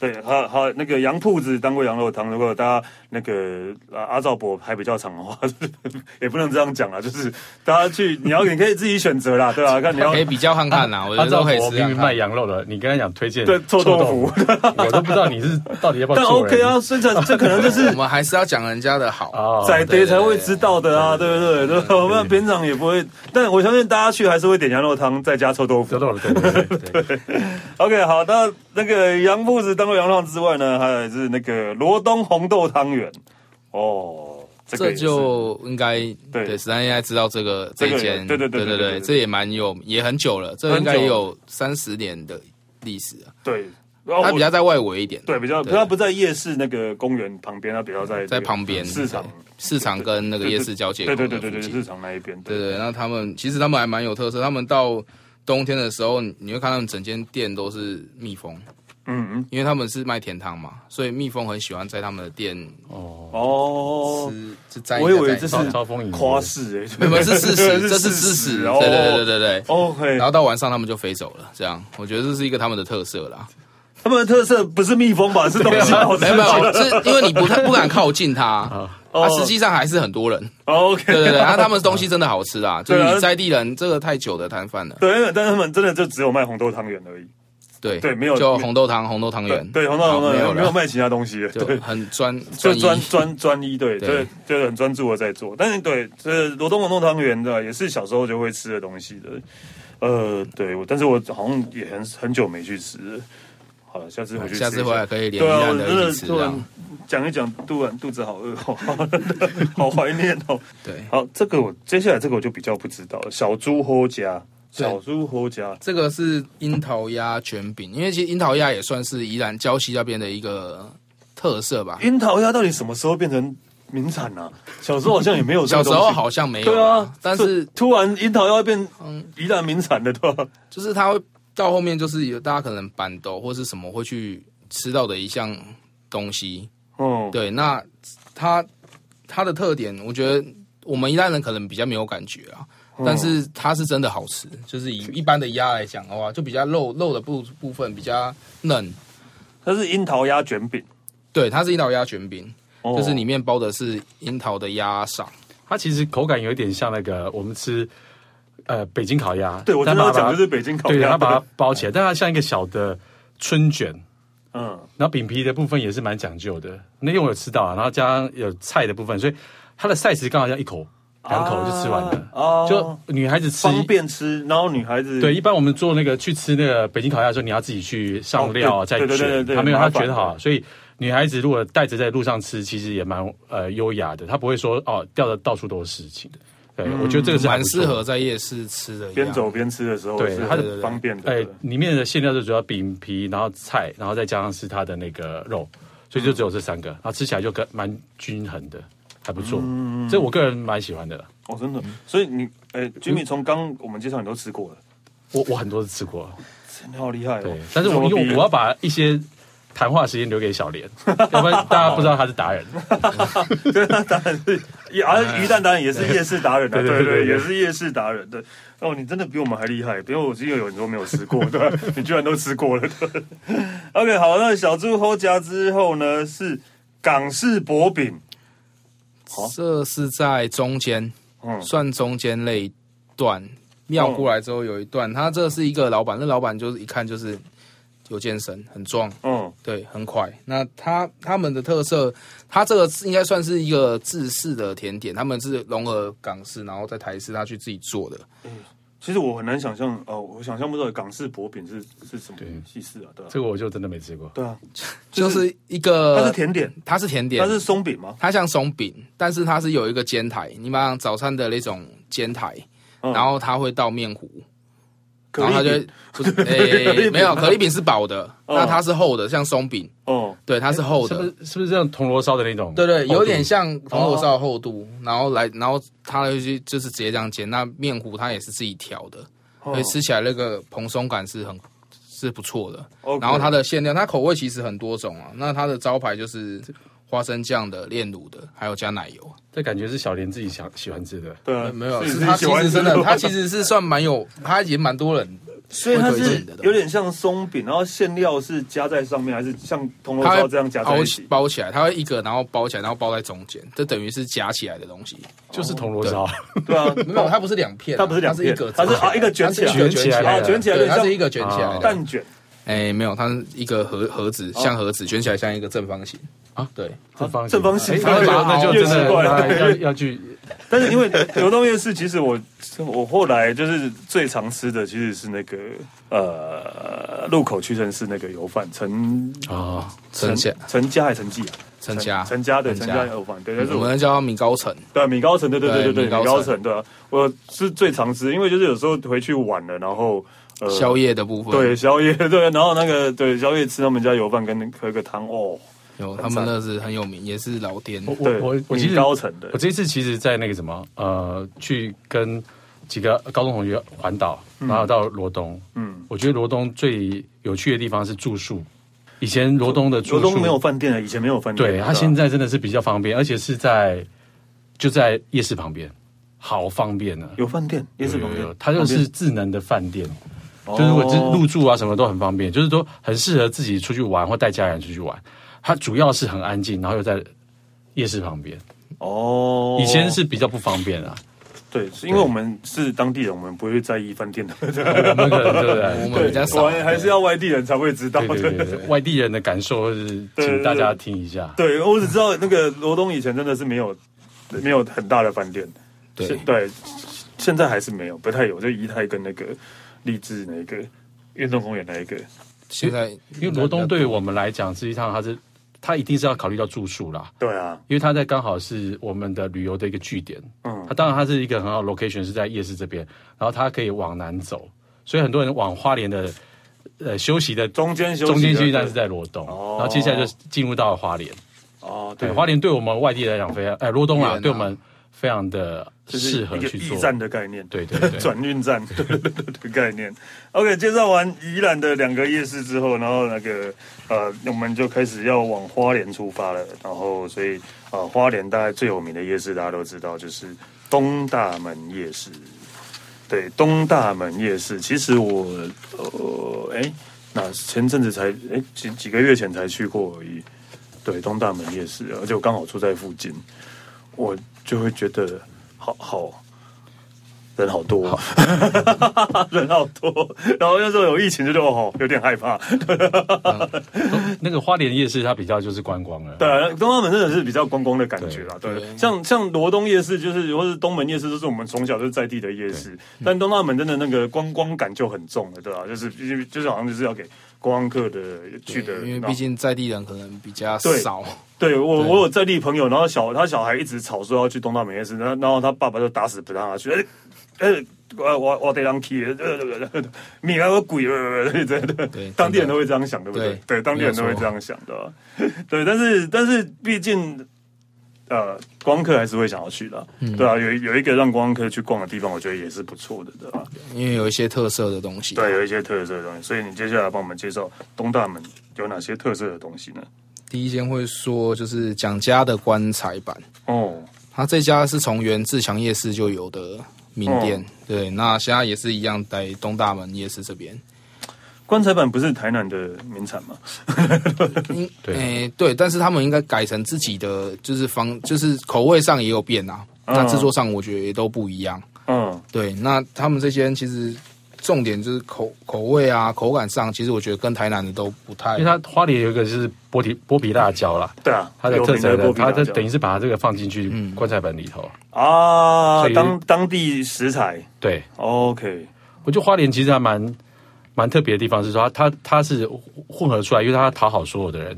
Speaker 1: 对，还有还有那个羊铺子当过羊肉汤，如果大家那个、啊、阿赵伯还比较长的话， 也不能这样讲啦，就是大家去，你要你可以自己选择啦，对吧、看你要
Speaker 4: 可以比较看看呐，我觉
Speaker 3: 按
Speaker 4: 得
Speaker 3: 照
Speaker 4: 啊都可以
Speaker 3: 我
Speaker 4: 吃
Speaker 3: 明
Speaker 4: 看
Speaker 3: 明卖
Speaker 4: 看。
Speaker 3: 羊肉的，你刚才讲推荐
Speaker 1: 对臭豆腐，
Speaker 3: 我都不知道你是到底要 不要
Speaker 1: 但
Speaker 3: 做人。
Speaker 1: OK 啊，所以这这可能就
Speaker 4: 我
Speaker 1: 是啊
Speaker 4: 们还是要讲人家的好，
Speaker 3: 哦，
Speaker 1: 宰
Speaker 4: 对
Speaker 1: 爹
Speaker 4: 对
Speaker 1: 才会知道的啊，对不对？对吧？我们边长也不会，但我相信大家去还是会点羊肉汤，再加臭豆腐
Speaker 3: 得。到了，对对 对对对，
Speaker 1: OK，好，那那个羊铺子当做羊肉汤之外呢，还有是那个罗东红豆汤圆哦，这个
Speaker 4: 这
Speaker 1: 也是
Speaker 4: 就应该
Speaker 1: 对
Speaker 4: 对，实在应该知道这个
Speaker 1: 这
Speaker 4: 这
Speaker 1: 个
Speaker 4: 一间，
Speaker 1: 对对对
Speaker 4: 对
Speaker 1: 对对对
Speaker 4: 对，这也蛮有也很久了，这
Speaker 1: 很
Speaker 4: 应该也
Speaker 1: 久
Speaker 4: 有三十年的历史了。
Speaker 1: 对，然后
Speaker 4: 它
Speaker 1: 哦我
Speaker 4: 比较在外围一点，
Speaker 1: 对比较，
Speaker 4: 对
Speaker 1: 它不在夜市那个公园旁边，啊它比较在这个
Speaker 4: 在旁边
Speaker 1: 市场，
Speaker 4: 市场跟那个夜市交界
Speaker 1: 对
Speaker 4: 口
Speaker 1: 对
Speaker 4: 的
Speaker 1: 对对对，
Speaker 4: 附近
Speaker 1: 市场那一边，
Speaker 4: 对对，那他们其实他们还蛮有特色，他们到冬天的时候，你你会看他们整间店都是蜜蜂，
Speaker 1: 嗯嗯，
Speaker 4: 因为他们是卖甜汤嘛，所以蜜蜂很喜欢在他们的店
Speaker 3: 哦，
Speaker 1: 哦，
Speaker 4: 吃，就摘一
Speaker 1: 我
Speaker 4: 下。
Speaker 1: 以为
Speaker 4: 摘一
Speaker 1: 这
Speaker 4: 下
Speaker 1: 是
Speaker 3: 招招蜂引
Speaker 1: 夸
Speaker 3: 蝶
Speaker 1: 饰哎，
Speaker 4: 没有是事 实，这是
Speaker 1: 事
Speaker 4: 事实，
Speaker 1: 实哦
Speaker 4: 对对对对对对。
Speaker 1: OK，
Speaker 4: 然后到晚上他们就飞走了，这样我觉得这是一个他们的特 色啦。
Speaker 1: 他们的特色不是蜜蜂吧，是东西好吃哦
Speaker 4: 没有没有，是因为你不太不敢靠近它，它实际上还是很多人。
Speaker 1: OK，
Speaker 4: 对对对，然后他们的东西真的好吃啊，就
Speaker 1: 对啊
Speaker 4: 是你在地人这个太久的摊贩了。
Speaker 1: 对，但他们真的就只有卖红豆汤圆而已。
Speaker 4: 对
Speaker 1: 对没有
Speaker 4: 就红豆汤、红豆汤圆，
Speaker 1: 对，红豆汤
Speaker 4: 好
Speaker 1: 圆
Speaker 4: 没有
Speaker 1: 没有
Speaker 4: 了，
Speaker 1: 卖其他东西了，
Speaker 4: 就
Speaker 1: 对，
Speaker 4: 很专
Speaker 1: 就
Speaker 4: 专
Speaker 1: 专
Speaker 4: 一。
Speaker 1: 专专一，对，
Speaker 4: 对
Speaker 1: 对，就是很专注的在做。但是对，这罗东红豆汤圆的也是小时候就会吃的东西的。呃，对，我但是我好像也很很久没去吃了。好了，下次回去吃一下，
Speaker 4: 下次回来可以连
Speaker 1: 对
Speaker 4: 一
Speaker 1: 啊，我
Speaker 4: 样
Speaker 1: 真
Speaker 4: 的
Speaker 1: 的
Speaker 4: 一起吃
Speaker 1: 突
Speaker 4: 这
Speaker 1: 然
Speaker 4: 样。
Speaker 1: 讲一讲，突然肚子好 饿哦，好怀念哦。
Speaker 4: 对，
Speaker 1: 好，这个我接下来这个我就比较不知道了。小猪喝家，小猪喝家，
Speaker 4: 这个是樱桃鸭卷饼，因为其实樱桃鸭也算是宜兰礁溪那边的一个特色吧。
Speaker 1: 樱桃鸭到底什么时候变成名产呢、啊？小时候好像也没有这个
Speaker 4: 小时
Speaker 1: 东西，
Speaker 4: 候好像没有
Speaker 1: 对
Speaker 4: 啦，
Speaker 1: 啊，
Speaker 4: 但是嗯
Speaker 1: 突然樱桃鸭变宜兰名产的，对吧？
Speaker 4: 就是它会到后面就是有大家可能板豆或是什么会去吃到的一项东西。
Speaker 1: 哦，
Speaker 4: 对，那它它的特点，我觉得我们宜兰人可能比较没有感觉啊，
Speaker 1: 嗯
Speaker 4: 但是它是真的好吃。就是以一般的鸭来讲的话，就比较肉肉的部部分比较嫩。
Speaker 1: 它是樱桃鸭卷饼，
Speaker 4: 对，它是樱桃鸭卷饼，
Speaker 1: 哦
Speaker 4: 就是里面包的是樱桃的鸭嗓。
Speaker 3: 它其实口感有一点像那个我们吃呃北京烤鸭，
Speaker 1: 对我
Speaker 3: 但
Speaker 1: 知道
Speaker 3: 把它
Speaker 1: 讲就是北京烤
Speaker 3: 对，
Speaker 1: 鸭
Speaker 3: 它把它包起来，但它像一个小的春卷。
Speaker 1: 嗯，
Speaker 3: 然后饼皮的部分也是蛮讲究的，那天我有吃到、啊，然后加上有菜的部分，所以它的 size 刚好像一口两口就吃完了，
Speaker 1: 哦
Speaker 3: 就女孩子吃
Speaker 1: 方便吃，然后女孩子
Speaker 3: 对，一般我们做那个去吃那个北京烤鸭的时候，你要自己去上
Speaker 1: 哦
Speaker 3: 料、啊，
Speaker 1: 对
Speaker 3: 再
Speaker 1: 对对对
Speaker 3: 卷，
Speaker 1: 对
Speaker 3: 他没有
Speaker 1: 麻
Speaker 3: 他
Speaker 1: 烦
Speaker 3: 卷好，所以女孩子如果带着在路上吃，其实也蛮呃优雅的，她不会说哦掉的到处都是事情。对，
Speaker 1: 嗯
Speaker 3: 我觉得这个是还
Speaker 4: 蛮
Speaker 3: 不错
Speaker 4: 适。合在夜市吃的一样。
Speaker 1: 边走边吃的时候
Speaker 3: 对
Speaker 1: 是
Speaker 3: 它
Speaker 1: 很方便的。
Speaker 3: 哎、里面的馅料就主要饼皮，然后菜，然后再加上是它的那个肉，所以就只有这三个，然后吃起来就跟蛮均衡的，还不错。
Speaker 1: 嗯
Speaker 3: 这我个人蛮喜欢的啦，
Speaker 1: 哦，真的，所以你，哎，Jimmy
Speaker 3: 嗯
Speaker 1: 从刚我们介绍你都吃过了，
Speaker 3: 我我很多次吃过，
Speaker 1: 真的好厉害哦
Speaker 3: 对，但是我因为我要把一些谈话时间留给小莲，要不然大家不知道他是达人。
Speaker 1: 对，那当然是，也 啊，鱼蛋当然也是夜市达人啊，
Speaker 3: 对
Speaker 1: 对
Speaker 3: 对对
Speaker 1: 对，
Speaker 3: 对对
Speaker 1: 也是夜市达人。对，哦，你真的比我们还厉害，比我因为有很多没有吃过， 对，你居然都吃过了。对 OK，好，那小猪后夹之后呢是港式薄饼，哦
Speaker 4: 这是在中间，
Speaker 1: 嗯
Speaker 4: 算中间那一段绕过来之后有一段，他这是一个老板，那老板就是一看就是有健身，很壮，
Speaker 1: 嗯，
Speaker 4: 对，很快。那他他们的特色，他这个是应该算是一个制式的甜点，他们是融合港式，然后在台式，他去自己做的。
Speaker 1: 其实我很难想象，哦，我想象不到港式薄饼是是什么意思啊，对啊，
Speaker 3: 这个呃我就真的没吃过。
Speaker 1: 对啊，
Speaker 4: 就是一个，
Speaker 1: 它是，甜点，
Speaker 4: 它是甜点，
Speaker 1: 它是松饼吗？
Speaker 4: 它像松饼，但是它是有一个煎台，你把早餐的那种煎台，然后它会倒面糊，
Speaker 1: 嗯可
Speaker 4: 然后它就
Speaker 1: 丽
Speaker 4: 会
Speaker 1: 饼
Speaker 4: 不是
Speaker 1: 可
Speaker 4: 哎
Speaker 1: 丽
Speaker 4: 诶
Speaker 1: 饼
Speaker 4: 没有可丽饼是薄的，那它是厚的，像松饼，
Speaker 1: 哦，
Speaker 4: 对，它是厚
Speaker 3: 是不
Speaker 4: 的，
Speaker 3: 是是不是像铜锣烧的那种？
Speaker 4: 对对，有点像铜锣烧的厚度，然后来然后它就是就是直接这样煎，那面糊它也是自己调的，
Speaker 1: 哦
Speaker 4: 所以吃起来那个蓬松感是很是不错的。然后它
Speaker 1: 的
Speaker 4: 的馅料，它口味其实很多种啊。那它的招牌就是花生酱的、炼乳的，还有加奶油。
Speaker 3: 这感觉是小莲自己想喜欢吃的。
Speaker 1: 对啊
Speaker 4: 呃没有，
Speaker 1: 自
Speaker 4: 是
Speaker 1: 己
Speaker 4: 它
Speaker 1: 喜
Speaker 4: 其
Speaker 1: 欢
Speaker 4: 实
Speaker 1: 吃
Speaker 4: 真的，
Speaker 1: 吧
Speaker 4: 它其实是算蛮有，它也蛮多人，
Speaker 1: 所以它
Speaker 4: 会推
Speaker 1: 是
Speaker 4: 荐的
Speaker 1: 有点像松饼，然后馅料是加在上面，还是像铜锣
Speaker 4: 它
Speaker 1: 烧
Speaker 4: 会
Speaker 1: 这样夹在
Speaker 4: 包
Speaker 1: 一
Speaker 4: 起
Speaker 1: 起？
Speaker 4: 包起来，它会一个然后包起来，然后包在中间，这等于是夹起来的东西。
Speaker 3: 就是铜
Speaker 4: 哦
Speaker 3: 锣烧，
Speaker 1: 对啊，
Speaker 4: 没有，它不是两片啊，
Speaker 1: 它不是两片
Speaker 4: 它是一个，
Speaker 1: 它是啊一个卷起来
Speaker 4: 它是一个卷起来
Speaker 1: 啊
Speaker 4: 的，
Speaker 1: 卷起来有
Speaker 4: 对
Speaker 1: 点
Speaker 4: 它是
Speaker 1: 像啊
Speaker 4: 一个卷起来
Speaker 3: 哦
Speaker 4: 的。
Speaker 1: 蛋卷，
Speaker 4: 哎，没有，它是一个盒盒子，
Speaker 1: 哦
Speaker 4: 像盒子卷起来像一个正方形啊，对。
Speaker 3: 正方
Speaker 1: 正方形
Speaker 3: 形，哎那就那就
Speaker 1: 越
Speaker 3: 真
Speaker 1: 奇
Speaker 3: 的
Speaker 1: 怪
Speaker 3: 那
Speaker 1: 对
Speaker 3: 要要去
Speaker 1: 但是因为流动夜市，其实我我后来就是最常吃的其实是那个呃路口屈臣氏那个油饭，陈
Speaker 3: 啊，
Speaker 4: 陈家
Speaker 1: 陈家还是陈记啊？
Speaker 4: 陈家
Speaker 1: 陈家对
Speaker 4: 陈
Speaker 1: 陈
Speaker 4: 家
Speaker 1: 家油饭，对，但是
Speaker 4: 我
Speaker 1: 我
Speaker 4: 们叫它米高层，
Speaker 1: 对啊米高层，对对对对
Speaker 4: 对
Speaker 1: 对
Speaker 4: 米
Speaker 1: 米
Speaker 4: 糕
Speaker 1: 高
Speaker 4: 层
Speaker 1: 层，对啊，我是最常吃，因为就是有时候回去晚了，然后呃
Speaker 4: 宵夜的部分。
Speaker 1: 对，宵夜 对，然后那个对宵夜吃他们家油饭跟喝个汤哦，
Speaker 4: 有他们那是很有名，也是老店。
Speaker 3: 我
Speaker 1: 对，
Speaker 3: 我我我其
Speaker 1: 米
Speaker 3: 实
Speaker 1: 高层的
Speaker 3: 我这次其实，在那个什么，呃，去跟几个高中同学环岛，然后到罗东。
Speaker 1: 嗯
Speaker 3: 嗯，我觉得罗东最有趣的地方是住宿。以前罗东的住
Speaker 1: 罗
Speaker 3: 宿
Speaker 1: 东没有，饭店啊，以前没有饭店，
Speaker 3: 对它现在真的是比较方便，而且是在就在夜市旁边，好方便呢、啊。
Speaker 1: 有饭店，夜市旁边
Speaker 3: 有，它就
Speaker 1: 旁边
Speaker 3: 是智能的饭店，
Speaker 1: 哦
Speaker 3: 就是我这入住啊什么都很方便，就是说很适合自己出去玩或带家人出去玩。它主要是很安静，然后又在夜市旁边，
Speaker 1: 哦，
Speaker 3: 以前是比较不方便啊。
Speaker 1: 对，是因为我们是当地人，我们不会在意饭店的，
Speaker 3: 那个人对不对？
Speaker 4: 我们比较少，
Speaker 1: 我们还是要外地人才会知道。
Speaker 3: 对对对对，外地人的感受，或者是
Speaker 1: 对对
Speaker 3: 请大家听一下。
Speaker 1: 对我只知道那个罗东以前真的是没有没有很大的饭店，
Speaker 4: 对
Speaker 1: 是对，现在还是没有，不太有，就仪态跟那个励志那个运动公园那一个，
Speaker 4: 现在
Speaker 3: 因为罗东对我们来讲，实际上它是它一定是要考虑到住宿啦，
Speaker 1: 对啊，
Speaker 3: 因为它在刚好是我们的旅游的一个据点。
Speaker 1: 嗯
Speaker 3: 嗯，它当然它是一个很好的 location 是在夜市这边，然后它可以往南走，所以很多人往花莲的呃休息的
Speaker 1: 中间休息的
Speaker 3: 中间休息站是在罗东，
Speaker 1: 哦
Speaker 3: 然后接下来就进入到了花莲。
Speaker 1: 哦，对
Speaker 3: 对，，花莲对我们外地来讲非常，哎，罗东
Speaker 4: 远
Speaker 3: 啊，
Speaker 4: 啊
Speaker 3: 对我们非常的
Speaker 1: 就是
Speaker 3: 适合
Speaker 1: 一个
Speaker 3: 去做
Speaker 1: 驿。站的概念，
Speaker 3: 对对对，
Speaker 1: 转运站对对对对概念。OK，介绍完宜兰的两个夜市之后，然后那个呃，我们就开始要往花莲出发了。然后，所以呃，花莲大概最有名的夜市大家都知道，就是东大门夜市。对，东大门夜市，其实我呃，哎、那前阵子才哎、几几个月前才去过而已。对，东大门夜市，而且我刚好住在附近，我就会觉得好好人好多， 人好多。然后那时候有疫情，就觉得哦，有点害怕。
Speaker 3: 那个花莲夜市它比较就是观光了。
Speaker 1: 对啊，东大门真的是比较观光的感觉啦。对，
Speaker 4: 对
Speaker 1: 像像罗东夜市，就是或是东门夜市，都是我们从小就是在地的夜市。但东大门真的那个观光感就很重了，对吧、啊就是就是就是好像就是要给观光客的去的，
Speaker 4: 因为
Speaker 1: 然后
Speaker 4: 毕竟在地人可能比较
Speaker 1: 对
Speaker 4: 少，
Speaker 1: 对我，我有在地朋友，然后小他小孩一直吵说要去东大门夜市，然后然后他爸爸就打死不让他去，呃呃，我我我得让 key，呃，米来我鬼了，对对对，当地人都会这样想，对不对？对，当地人都会这样想的， 对，但是但是毕竟。呃，观光客还是会想要去的，对啊，有有一个让观光客去逛的地方，我觉得也是不错的，对吧？
Speaker 4: 因为有一些特色的东西。
Speaker 1: 对，有一些特色的东西，所以你接下来帮我们介绍东大门有哪些特色的东西呢？
Speaker 4: 第一间会说就是蒋家的棺材板，
Speaker 1: 哦，
Speaker 4: 它这家是从原自强夜市就有的名
Speaker 1: 哦
Speaker 4: 店，对，那现在也是一样在东大门夜市这边。
Speaker 1: 棺材板不是台南的名产吗？
Speaker 4: 嗯，
Speaker 3: 对啊
Speaker 4: 诶对，但是他们应该改成自己的，就是方，就是口味上也有变啊，那制作上我觉得也都不一样。
Speaker 1: 嗯，
Speaker 4: 对，那他们这些人其实重点就是口口味啊，口感上，其实我觉得跟台南的都不太
Speaker 3: 因为。它花莲有一个就是剥皮剥皮辣椒啦，
Speaker 1: 对啊，
Speaker 3: 它的
Speaker 1: 有
Speaker 3: 特
Speaker 1: 名
Speaker 3: 色
Speaker 1: 的
Speaker 3: 的，
Speaker 1: 剥皮辣
Speaker 3: 它
Speaker 1: 椒
Speaker 3: 这等于是把它这个放进去棺材板里头。
Speaker 1: 啊
Speaker 3: 所，以
Speaker 1: 当当地食材。
Speaker 3: 对，
Speaker 1: OK，
Speaker 3: 我觉得花莲其实还蛮蛮特别的地方是说它它它是混合出来，因为它讨好所有的人，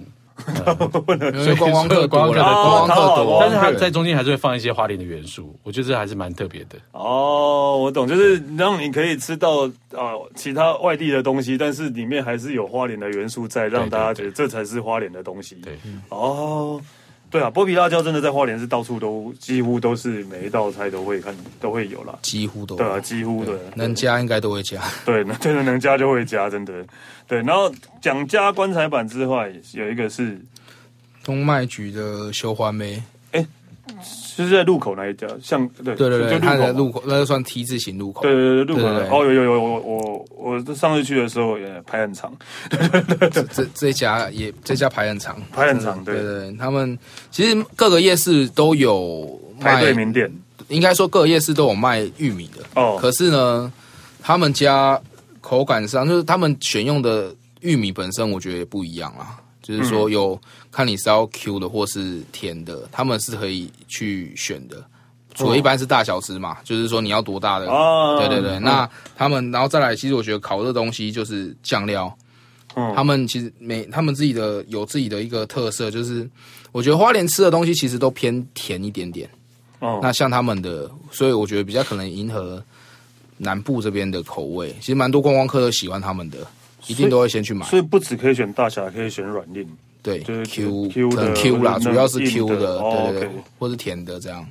Speaker 4: 因为观光客多了，
Speaker 1: 哦
Speaker 4: 观光客
Speaker 1: 好
Speaker 4: 多，
Speaker 3: 但是它
Speaker 1: 好
Speaker 3: 在中间还是会放一些花莲的元素，我觉得这还是蛮特别的。
Speaker 1: 哦，我懂，就是让你可以吃到啊、其他外地的东西，但是里面还是有花莲的元素在，让大家觉得这才是花莲的东西。
Speaker 3: 对，
Speaker 1: 哦，对啊，剥皮辣椒真的在花莲是到处都几乎都是每一道菜都会看都会有啦。
Speaker 4: 几乎
Speaker 3: 哦
Speaker 4: 都
Speaker 1: 对啊，几乎的
Speaker 4: 能加应该都会加。
Speaker 1: 对， 那真的能加就会加，真的对。然后讲加棺材板之外，有一个是
Speaker 4: 东麦局的修欢妹，
Speaker 1: 就是在路口那一家，像对
Speaker 4: 对对对，
Speaker 1: 就
Speaker 4: 它的
Speaker 1: 就路口嘛。
Speaker 4: 路口那就算 T 字形路口，
Speaker 1: 对对对，路口
Speaker 4: 对对
Speaker 1: 那
Speaker 4: 对
Speaker 1: 哦，有有有，我我我上次去的时候也排很长，
Speaker 4: 这这家也这家排很长，
Speaker 1: 排很长
Speaker 4: 对
Speaker 1: 对
Speaker 4: 对，对他们其实各个夜市都有
Speaker 1: 排
Speaker 4: 卖
Speaker 1: 队，名店
Speaker 4: 应该说各个夜市都有卖玉米的，
Speaker 1: 哦，
Speaker 4: 可是呢，他们家口感上就是他们选用的玉米本身，我觉得也不一样啦。就是
Speaker 1: 嗯
Speaker 4: 说有看你是要 Q 的或是甜的，他们是可以去选
Speaker 1: 哦
Speaker 4: 的。除了一般是大小只嘛，就是说你要多大的，
Speaker 1: 啊
Speaker 4: 对对对。
Speaker 1: 嗯
Speaker 4: 那他们然后再来，其实我觉得烤这东西就是酱料，
Speaker 1: 嗯
Speaker 4: 他们其实每他们自己的有自己的一个特色，就是我觉得花莲吃的东西其实都偏甜一点点。
Speaker 1: 哦
Speaker 4: 那像他们的，所以我觉得比较可能迎合南部这边的口味。其实蛮多观光客都喜欢他们的，一定都会先去买。
Speaker 1: 所以不止可以选大侠，可以选软硬。
Speaker 4: 对
Speaker 1: 就是
Speaker 4: Q
Speaker 1: Q 的
Speaker 4: 可能 Q 啦，
Speaker 1: 或者
Speaker 4: 主要是
Speaker 1: 嫩
Speaker 4: Q
Speaker 1: 硬的
Speaker 4: 的，
Speaker 1: 哦
Speaker 4: 对对对
Speaker 1: OK，
Speaker 4: 或是甜的这样。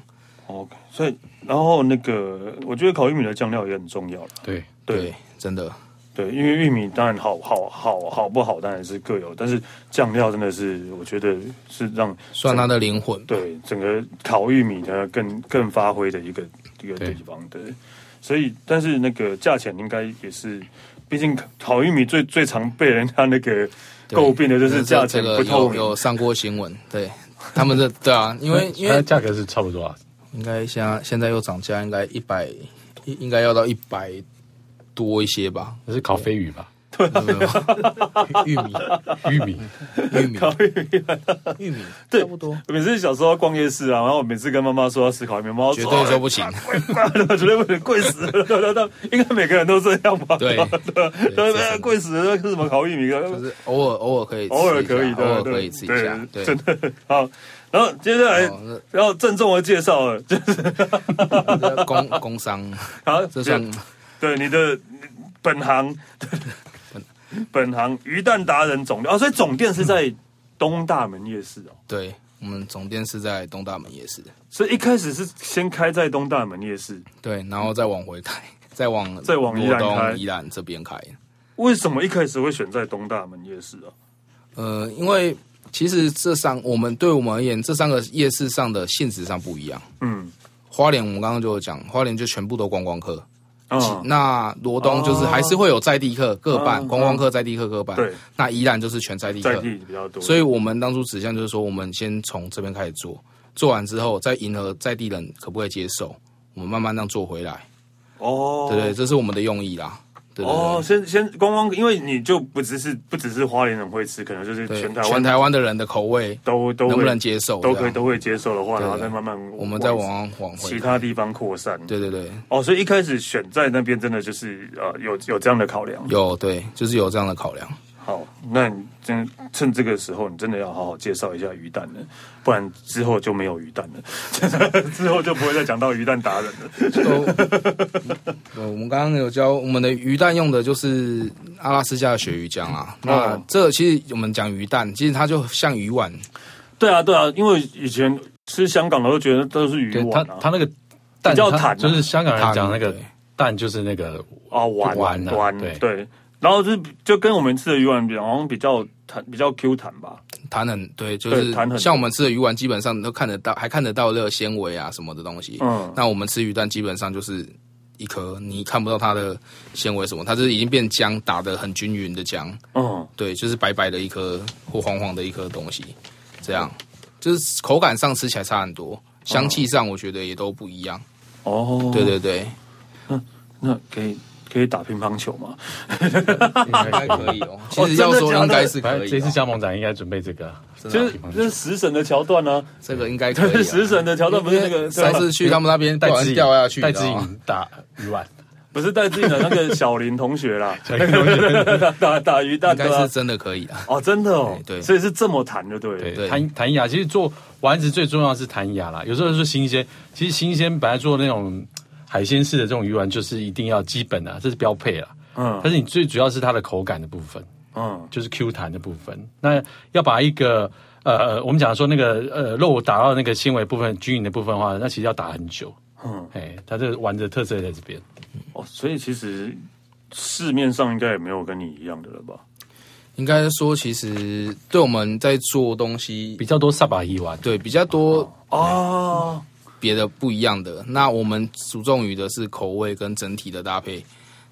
Speaker 1: 哦 OK，所以然后那个，我觉得烤玉米的酱料也很重要了。
Speaker 3: 对，
Speaker 1: 对
Speaker 4: 对，真的
Speaker 1: 对，因为玉米当然好好好好不好当然是各有，但是酱料真的是我觉得是让
Speaker 4: 算它的灵魂。
Speaker 1: 对整个烤玉米它更更发挥的一个一个地方。对，所以但是那个价钱应该也是，毕竟烤玉米最最常被人家那个
Speaker 4: 对
Speaker 1: 诟病的就是
Speaker 4: 这
Speaker 1: 价钱
Speaker 4: 这个
Speaker 1: 不透
Speaker 4: 有
Speaker 1: 明。
Speaker 4: 有上过新闻，对他们的对啊，因为因
Speaker 3: 它的
Speaker 4: 为
Speaker 3: 价格是差不多啊，
Speaker 4: 应该现在现在又涨价，应该一百应应该要到一百多一些吧？
Speaker 3: 那是烤飞鱼吧？
Speaker 4: 玉米
Speaker 3: 玉米，
Speaker 4: 玉米
Speaker 1: 烤玉米，
Speaker 4: 玉米
Speaker 1: 对
Speaker 4: 差不多，
Speaker 1: 每次小时候要逛夜市啊，然后我每次跟妈妈说要吃烤玉米，妈妈
Speaker 4: 绝
Speaker 1: 说
Speaker 4: 对说 不行。
Speaker 1: 我觉得有点贵死了，对对对，应该每个人都这样吧？
Speaker 4: 对
Speaker 1: 对，
Speaker 4: 对
Speaker 1: 对，贵死了，吃什么烤玉米？
Speaker 4: 就是偶尔偶尔可以吃一下，
Speaker 1: 偶尔可以，
Speaker 4: 偶尔
Speaker 1: 对
Speaker 4: 可
Speaker 1: 对
Speaker 4: 以吃一下，
Speaker 1: 对，
Speaker 4: 对，
Speaker 1: 真的好。然后接下来
Speaker 4: 哦那
Speaker 1: 然后郑重的介绍了，就
Speaker 4: 这 工工商，
Speaker 1: 好，
Speaker 4: 这算
Speaker 1: 对你的本行，本行鱼蛋达人总店哦，所以总店是在东大门夜市哦，
Speaker 4: 对。我们总店是在东大门夜市，
Speaker 1: 所以一开始是先开在东大门夜市，
Speaker 4: 对，然后再往回开，再往
Speaker 1: 再往宜兰
Speaker 4: 罗东
Speaker 1: 开
Speaker 4: 宜兰这边开。
Speaker 1: 为什么一开始会选在东大门夜市啊？
Speaker 4: 呃，因为其实这三我们对我们而言，这三个夜市上的性质上不一样。
Speaker 1: 嗯，
Speaker 4: 花莲我们刚刚就有讲，花莲就全部都观光客，
Speaker 1: 嗯，
Speaker 4: 那罗东就是还是会有在地客各
Speaker 1: 哦
Speaker 4: 半，观光客在地客各半。
Speaker 1: 对，
Speaker 4: 那宜兰就是全在地
Speaker 1: 在
Speaker 4: 客，
Speaker 1: 地比较多，
Speaker 4: 所以我们当初指向就是说，我们先从这边开始做，做完之后再迎合在地人可不可以接受，我们慢慢让做回来，
Speaker 1: 哦，
Speaker 4: 对对，这是我们的用意啦，对对对。
Speaker 1: 哦，先先观光，因为你就不只是不只是花莲人会吃，可能就是
Speaker 4: 对
Speaker 1: 全台
Speaker 4: 全
Speaker 1: 湾
Speaker 4: 台湾的人的口味
Speaker 1: 都都
Speaker 4: 能
Speaker 1: 会
Speaker 4: 不能接受？
Speaker 1: 都
Speaker 4: 这
Speaker 1: 可以
Speaker 4: 样
Speaker 1: 都会接受的话，
Speaker 4: 对
Speaker 1: 然后再慢慢
Speaker 4: 我们再往往回
Speaker 1: 其。他地方扩散。
Speaker 4: 对对对，
Speaker 1: 哦，所以一开始选在那边真的就是呃有有这样的考量。
Speaker 4: 有对，就是有这样的 考量。
Speaker 1: 好，那你真趁这个时候，你真的要好好介绍一下鱼蛋了，不然之后就没有鱼蛋了， 之后就不会再讲到鱼蛋达人了。
Speaker 4: 都，呃我们刚刚有教我们的鱼蛋用的就是阿拉斯加的鳕鱼浆啊。那
Speaker 1: 哦
Speaker 4: 这其实我们讲鱼蛋，其实它就像鱼丸，
Speaker 1: 对啊，对啊，因为以前吃香港的都觉得都是鱼
Speaker 3: 对它
Speaker 1: 丸啊
Speaker 3: 它，那个蛋
Speaker 1: 比较
Speaker 3: 它
Speaker 1: 弹啊
Speaker 3: 就是香港人
Speaker 4: 它
Speaker 3: 讲那个
Speaker 4: 对
Speaker 3: 蛋就是那个
Speaker 1: 啊丸
Speaker 3: 丸啊
Speaker 1: 丸
Speaker 3: 对
Speaker 1: 对，然后就是就跟我们吃的鱼丸比，好像比较弹比较 Q 弹吧。
Speaker 4: 弹很对，就
Speaker 1: 对
Speaker 4: 是
Speaker 1: 弹很
Speaker 4: 像我们吃的鱼丸，基本上都看得到，还看得到热纤维啊什么的东西。
Speaker 1: 嗯
Speaker 4: 那我们吃鱼蛋基本上就是一颗，你看不到它的纤维什么，它就是已经变浆打得很均匀的浆，
Speaker 1: 嗯，
Speaker 4: 对，就是白白的一颗或黄黄的一颗东西，这样就是口感上吃起来差很多，香气上我觉得也都不一样。
Speaker 1: 哦，
Speaker 4: 对，对对，
Speaker 1: 那可以可以打乒乓球吗？
Speaker 4: 应该可以哦。其实
Speaker 1: 真
Speaker 4: 要
Speaker 1: 的
Speaker 4: 说
Speaker 1: 假的
Speaker 4: 应该是
Speaker 3: 反
Speaker 4: 可
Speaker 3: 正
Speaker 4: 以
Speaker 3: 哎这次
Speaker 4: 的，
Speaker 3: 加盟展应该准备这个啊，
Speaker 1: 就是就是食神的桥段呢、
Speaker 4: 这个应该
Speaker 1: 啊，
Speaker 4: 可以啊。
Speaker 1: 食神的桥段不是那个
Speaker 4: 上次去他们那边
Speaker 3: 带
Speaker 4: 不然
Speaker 3: 指引
Speaker 4: 掉下去，啊
Speaker 3: 带
Speaker 4: 你知
Speaker 3: 指
Speaker 4: 道吗
Speaker 3: 引打鱼丸，
Speaker 1: 不是带自己的那个小林同学啦，
Speaker 3: 小林同学
Speaker 1: 打打打鱼大
Speaker 4: 应该
Speaker 1: 哥
Speaker 4: 是
Speaker 1: 啊
Speaker 4: 真的可以啦。
Speaker 1: 哦，真的哦，
Speaker 4: 对对
Speaker 1: 所以是这么谈就对了，
Speaker 3: 对，
Speaker 4: 对
Speaker 3: 弹弹牙，其实做丸子最重要的是弹牙啦。有时候是新鲜，其实新鲜本来做那种海鲜式的这种鱼丸，就是一定要基本啊，这是标配啦。
Speaker 1: 嗯
Speaker 3: 但是你最主要是它的口感的部分，
Speaker 1: 嗯，
Speaker 3: 就是 Q 弹的部分。那要把一个呃呃，我们讲说那个呃肉打到那个纤维部分均匀的部分的话，那其实要打很久。
Speaker 1: 嗯
Speaker 3: 嗯，哎，它这个丸子的特色在这边。
Speaker 1: 哦，所以其实市面上应该也没有跟你一样的了吧？
Speaker 4: 应该说，其实对我们在做东西
Speaker 3: 比，较多萨巴伊丸，
Speaker 4: 对比较多
Speaker 1: 哦，
Speaker 4: 别的不一样的。那我们注重于的是口味跟整体的搭配，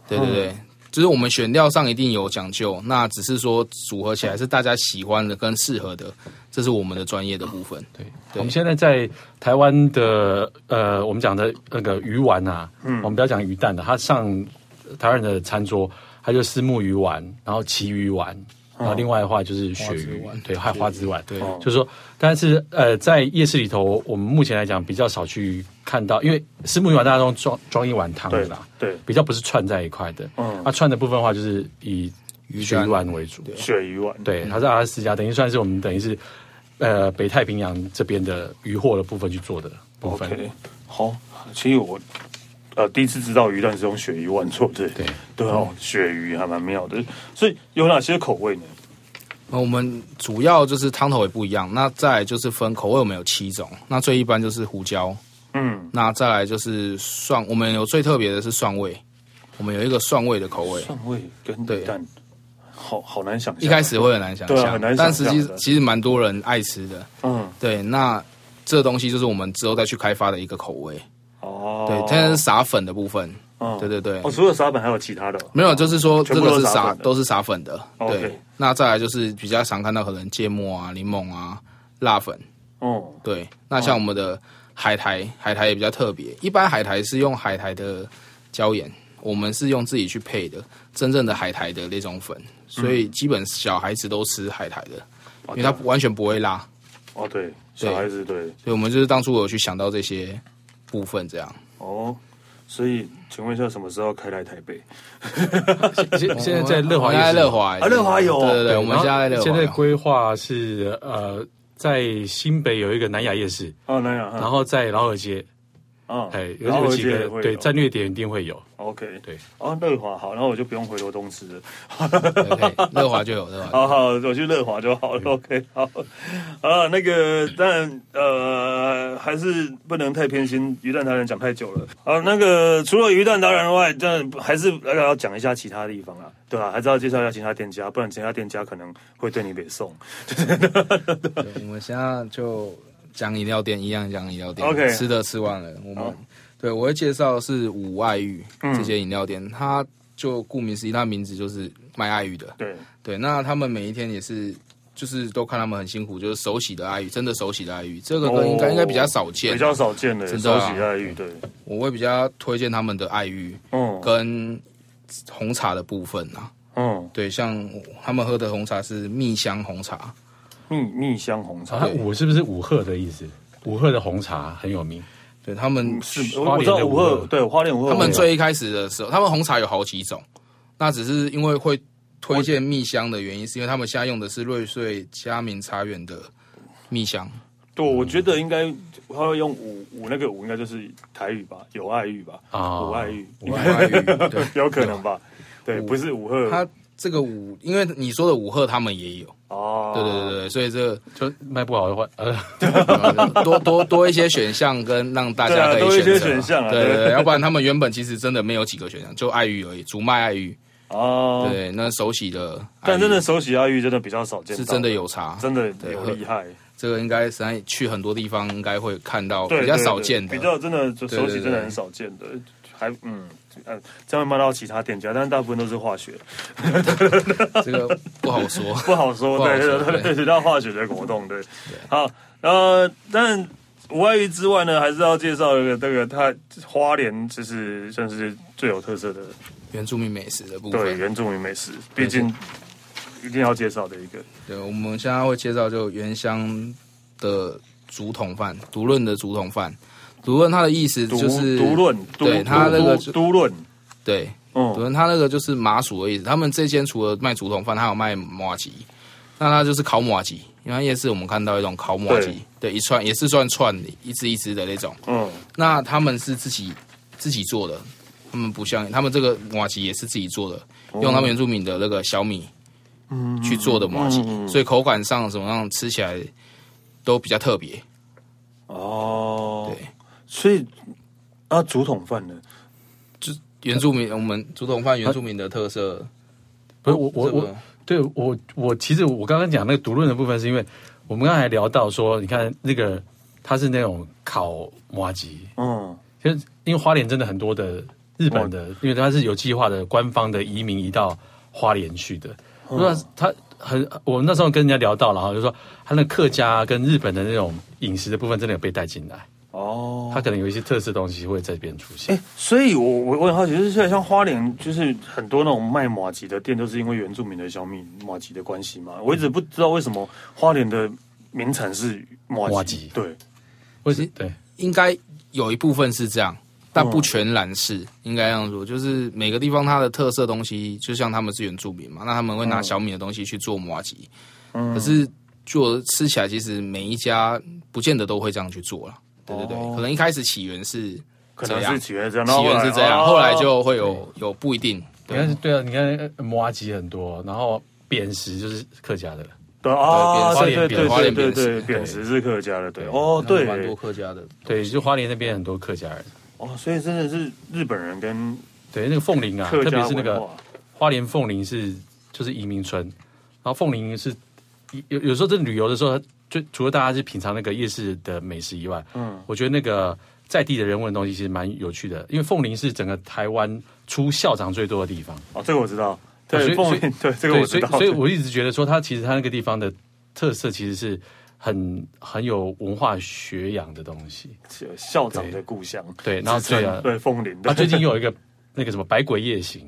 Speaker 4: 对对对，
Speaker 1: 嗯
Speaker 4: 就是我们选料上一定有讲究，那只是说组合起来是大家喜欢的跟适合的，这是我们的专业的部分。
Speaker 3: 对，我们现在在台湾的呃，我们讲的那个鱼丸啊，
Speaker 4: 嗯
Speaker 3: 我们不要讲鱼蛋的，啊它上台湾人的餐桌，它就丝木鱼丸，然后旗鱼丸，然后另外的话就是鳕
Speaker 4: 哦花枝
Speaker 3: 鱼
Speaker 4: 丸，
Speaker 3: 对，还有花枝丸，
Speaker 4: 对
Speaker 1: 哦
Speaker 3: 就是说，但是呃，在夜市里头，我们目前来讲比较少去看到，因为丝木鱼丸大家都装装一碗汤的
Speaker 1: 对
Speaker 3: 啦，
Speaker 1: 对，
Speaker 3: 比较不是串在一块的，
Speaker 1: 嗯
Speaker 3: 那、串的部分的话就是以
Speaker 4: 鱼
Speaker 3: 鳕
Speaker 4: 干
Speaker 3: 鱼丸为主，
Speaker 1: 鳕鱼丸，
Speaker 4: 嗯
Speaker 3: 对，它是阿拉斯加，等于算是我们等于是呃北太平洋这边的渔获的部分去做的部分。
Speaker 1: ，OK，好，其实我。呃，第一次知道鱼蛋是用鳕鱼丸做的，对对哦，鳕鱼还蛮妙的。所以有哪些口味呢？
Speaker 4: 那我们主要就是汤头也不一样，那再来就是分口味，我们有七种，那最一般就是胡椒，
Speaker 1: 嗯，
Speaker 4: 那再来就是蒜，我们有最特别的是蒜味，我们有一个蒜味的口味。
Speaker 1: 蒜味跟
Speaker 4: 对
Speaker 1: 鱼蛋，好好难想象。啊
Speaker 4: 一开始会很难想象，
Speaker 1: 对啊很难
Speaker 4: 但
Speaker 1: 想
Speaker 4: 实
Speaker 1: 象
Speaker 4: 际
Speaker 1: 的
Speaker 4: 其实蛮多人爱吃的。
Speaker 1: 嗯，
Speaker 4: 对，那这东西就是我们之后再去开发的一个口味。
Speaker 1: 哦，
Speaker 4: 对，现在是撒粉的部分。
Speaker 1: 嗯
Speaker 4: 对对对
Speaker 1: 哦，，除了沙本还有其他的，
Speaker 4: 没有，就是说
Speaker 1: 全
Speaker 4: 这
Speaker 1: 部
Speaker 4: 个
Speaker 1: 都是
Speaker 4: 是
Speaker 1: 撒
Speaker 4: 撒
Speaker 1: 粉的哦
Speaker 4: 都是撒粉的。对
Speaker 1: OK，
Speaker 4: 那再来就是比较常看到可能芥末啊、柠檬啊、辣粉。
Speaker 1: 哦，
Speaker 4: 对，那像我们的海苔，海苔也比较特别。一般海苔是用海苔的椒盐，我们是用自己去配的真正的海苔的那种粉，所以基本小孩子都吃海苔的，因为它
Speaker 1: 嗯
Speaker 4: 完全不会辣。
Speaker 1: 哦对，小孩子对，
Speaker 4: 所以我们就是当初有去想到这些部分，这样。
Speaker 1: 哦，所以请问一下什么时候开来台北？
Speaker 3: 现现在在乐华
Speaker 4: 现
Speaker 3: 夜
Speaker 4: 哦在
Speaker 3: 市，
Speaker 4: 乐华也是，
Speaker 1: 啊乐华有
Speaker 4: 对对对，我们
Speaker 3: 然后
Speaker 4: 现在在乐
Speaker 3: 现
Speaker 4: 华
Speaker 3: 在
Speaker 4: 有。
Speaker 3: 规划是呃，在新北有一个南雅夜市，
Speaker 1: 哦，南洋，
Speaker 4: 嗯
Speaker 3: 然后在老尔街，
Speaker 1: 啊，
Speaker 3: 哎，有
Speaker 1: 然后
Speaker 3: 有
Speaker 1: 我
Speaker 3: 几
Speaker 1: 觉得
Speaker 3: 个
Speaker 1: 也会
Speaker 3: 对
Speaker 1: 有
Speaker 3: 战略点一定会有。
Speaker 1: ，OK，
Speaker 3: 对，
Speaker 1: 哦，乐华好，然后我就不用回罗东吃了，
Speaker 4: 对对 乐华就有乐华。
Speaker 1: 好好，我去乐华就好了，OK，好，啊，那个当然呃，还是不能太偏心，鱼蛋达人讲太久了，好，那个除了鱼蛋达人外，但还是呃要讲一下其他地方啦，对吧、还是要介绍一下其他店家，不然其他店家可能会对你北送。
Speaker 4: 对我们现在就讲饮料店，一样讲饮料店。
Speaker 1: OK
Speaker 4: 吃的吃完了，我
Speaker 1: 好嗯
Speaker 4: 们对我会介绍的是五爱玉这些饮料店，它就顾名思义，它名字就是卖爱玉的。
Speaker 1: 对，
Speaker 4: 对，那他们每一天也是。就是都看他们很辛苦，就是手洗的爱玉，真的手洗的爱玉，这个
Speaker 1: 哦
Speaker 4: 跟应该、应该比较少见，
Speaker 1: 比较少见的，
Speaker 4: 真
Speaker 1: 手
Speaker 4: 的啊
Speaker 1: 洗爱玉，对，
Speaker 4: 我会比较推荐他们的爱玉，
Speaker 1: 嗯
Speaker 4: 跟红茶的部分啊，
Speaker 1: 嗯，
Speaker 4: 对，像他们喝的红茶是蜜香红茶，
Speaker 1: 蜜蜜香红
Speaker 3: 啊，它
Speaker 1: 茶
Speaker 3: 五是不是五鹤的意思？五鹤的红茶很有名，
Speaker 4: 对他们
Speaker 1: 嗯是，哦
Speaker 3: 花
Speaker 1: 我知
Speaker 3: 莲
Speaker 1: 道
Speaker 3: 的
Speaker 1: 五
Speaker 3: 五
Speaker 1: 鹤
Speaker 3: 鹤
Speaker 1: 对花莲五鹤，
Speaker 4: 他们
Speaker 1: 对
Speaker 4: 最一开始的时候，他们红茶有好几种，那只是因为会推荐蜜香的原因，是因为他们现在用的是瑞穗嘉明茶园的蜜香，
Speaker 1: 对，我觉得应该他会用五五那个五，应该就是台语吧，有爱玉吧，
Speaker 3: 啊
Speaker 1: 五爱玉，
Speaker 4: 五爱玉，对，
Speaker 1: 有可能吧？对，不是五鹤，
Speaker 4: 它这个五，因为你说的五鹤他们也有，
Speaker 1: 哦，
Speaker 4: 对对对对，所以这
Speaker 3: 就卖不好的话，呃，
Speaker 4: 个多多多一些选项跟让大家
Speaker 1: 对啊
Speaker 4: 可以
Speaker 1: 多一
Speaker 4: 选
Speaker 1: 些
Speaker 4: 择啊，
Speaker 1: 选项啊
Speaker 4: 对
Speaker 1: 对
Speaker 4: 对对，要不然他们原本其实真的没有几个选项，就爱玉而已，竹麦爱玉。
Speaker 1: 哦，
Speaker 4: 对，那手洗的，
Speaker 1: 但真的手洗爱玉真的比较少见，
Speaker 4: 是真的，有差，
Speaker 1: 真的
Speaker 4: 对
Speaker 1: 有厉害，
Speaker 4: 这个应该实在去很多地方应该会看到，
Speaker 1: 对，
Speaker 4: 比较
Speaker 1: 对
Speaker 4: 少
Speaker 1: 对
Speaker 4: 见的。
Speaker 1: 比较真的就
Speaker 4: 对
Speaker 1: 手洗真
Speaker 4: 对
Speaker 1: 的
Speaker 4: 对
Speaker 1: 很少见的，还嗯。呃，这样卖到其他店家，但是大部分都是化学，
Speaker 4: 这个不好说。
Speaker 1: 不好说，
Speaker 4: 不好
Speaker 1: 对
Speaker 4: 说
Speaker 1: 对对，
Speaker 4: 对
Speaker 1: 提到化学的活动，对，好，呃，但无外于之外呢，还是要介绍一个这个它花莲其实算是最有特色的
Speaker 4: 原住民美食的部
Speaker 1: 对
Speaker 4: 分，
Speaker 1: 原住民美食，毕竟一定要介绍的一个
Speaker 4: 对，我们现在会介绍就原乡的竹筒饭，独论的竹筒饭。独论它的意思
Speaker 1: 独
Speaker 4: 就是
Speaker 1: 独论，独
Speaker 4: 对它那个
Speaker 1: 独独论，
Speaker 4: 对，可
Speaker 1: 哦，
Speaker 4: 能他那个就是麻薯而已。他们这间除了卖竹筒饭，还有卖麻吉，那他就是烤麻吉。因为夜市我们看到一种烤麻吉，对，一串也是算串的，一只一只的那种。
Speaker 1: 嗯，
Speaker 4: 那他们是自己自己做的，他们不像他们这个麻吉也是自己做的，用他们原住民的那个小米
Speaker 1: 哦嗯
Speaker 4: 去做的麻吉，
Speaker 1: 嗯嗯嗯
Speaker 4: 所以口感上什么样吃起来都比较特别。
Speaker 1: 哦，
Speaker 4: 对，
Speaker 1: 所以啊，竹筒饭呢？
Speaker 4: 原住民我们竹筒饭原住民的特色，
Speaker 3: 不是我我
Speaker 4: 这
Speaker 3: 我
Speaker 4: 个，
Speaker 3: 对我我其实我刚刚讲那个独论的部分，是因为我们刚才聊到说，你看那个它是那种烤麻吉，
Speaker 1: 嗯，
Speaker 3: 就是因为花莲真的很多的日本的，因为它是有计划的官方的移民移到花莲去的。那他很，我那时候跟人家聊到了哈，就说他那客家跟日本的那种饮食的部分真的有被带进来，
Speaker 1: 哦，
Speaker 3: 他可能有一些特色东西会在这边出现
Speaker 1: 哎、。所以我我我很好奇，就是现在像花莲，就是很多那种卖马吉的店，都是因为原住民的小米马吉的关系嘛。我一直不知道为什么花莲的名产是马
Speaker 3: 麻
Speaker 1: 吉
Speaker 3: 吉，
Speaker 1: 对，
Speaker 3: 为什对
Speaker 4: 应该有一部分是这样，
Speaker 1: 嗯
Speaker 4: 但不全然是，应该这样说，就是每个地方它的特色东西，就像他们是原住民嘛，那他们会拿小米的东西去做麻吉，
Speaker 1: 嗯
Speaker 4: 可是做吃起来其实每一家不见得都会这样去做了。对对对，
Speaker 1: 哦
Speaker 4: 可能一开始起源是
Speaker 1: 可
Speaker 4: 这
Speaker 1: 能
Speaker 4: 样
Speaker 1: 是起源是这样，然
Speaker 4: 起
Speaker 1: 后后
Speaker 4: 源
Speaker 1: 来
Speaker 4: 是这样，
Speaker 1: 哦
Speaker 4: 后来就会有有不一定。
Speaker 3: 你
Speaker 4: 对
Speaker 3: 看，对啊，你看呃麻吉很多，然后扁食就是客家的了。
Speaker 1: 对啊，
Speaker 4: 花
Speaker 1: 对
Speaker 4: 莲
Speaker 1: 对
Speaker 4: 扁花
Speaker 1: 对对对
Speaker 4: 莲扁
Speaker 1: 对，
Speaker 4: 食
Speaker 1: 扁食是客家的，对，哦
Speaker 4: 那蛮
Speaker 1: 对，
Speaker 4: 多客家的，
Speaker 3: 对，就花莲那边很多客家人，
Speaker 1: 哦，所以真的是日本人跟
Speaker 3: 对那个凤林啊，
Speaker 1: 客
Speaker 3: 特
Speaker 1: 家
Speaker 3: 别是那
Speaker 1: 文
Speaker 3: 个
Speaker 1: 化，
Speaker 3: 花莲凤林是就是移民村，然后凤林是有有时候在旅游的时候，就除了大家去品尝那个夜市的美食以外，
Speaker 1: 嗯，
Speaker 3: 我觉得那个在地的人文的东西其实蛮有趣的，因为凤林是整个台湾出校长最多的地方，
Speaker 1: 哦，这个我知道，
Speaker 3: 所
Speaker 1: 对，
Speaker 3: 以
Speaker 1: 凤
Speaker 3: 所以
Speaker 1: 梨，对，这个我知
Speaker 3: 所以
Speaker 1: 道，
Speaker 3: 所以我一直觉得说，它其实它那个地方的特色其实是很很有文化学养的东西，
Speaker 1: 对 校长的故乡，
Speaker 3: 对，然后对啊，
Speaker 1: 对，凤林，
Speaker 3: 啊，
Speaker 1: 对，
Speaker 3: 最近又有一个那个什么百鬼夜行。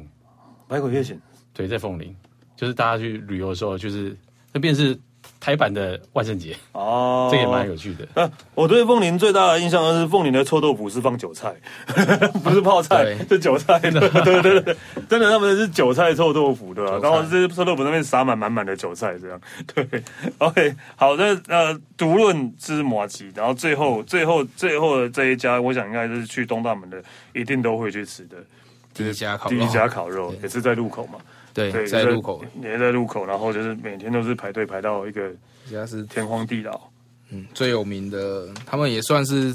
Speaker 1: 百鬼夜行，
Speaker 3: 对，在凤林，就是大家去旅游的时候，就是那便是台版的万圣节，
Speaker 1: 哦，
Speaker 3: 这也蛮有趣的。
Speaker 1: 啊，我对凤林最大的印象就是凤林的臭豆腐是放韭菜， 不是泡菜，
Speaker 4: 对
Speaker 1: 是韭菜的。对对对，真的他们是韭菜臭豆腐对吧、
Speaker 4: 韭菜
Speaker 1: 然后这臭豆腐那边撒满满满的韭菜这样。对，OK，好，那呃，独论是麻吉，然后最后最后最后的这一家，我想应该是去东大门的，一定都会去吃的
Speaker 4: 第一家烤
Speaker 1: 第
Speaker 4: 肉
Speaker 1: 一，家烤肉，也是在路口嘛，
Speaker 4: 对，在路口，，
Speaker 1: 也在路口，然后就是每天都是排队排到一个
Speaker 4: 这家是
Speaker 1: 天荒地老。
Speaker 4: 嗯最有名的，他们也算是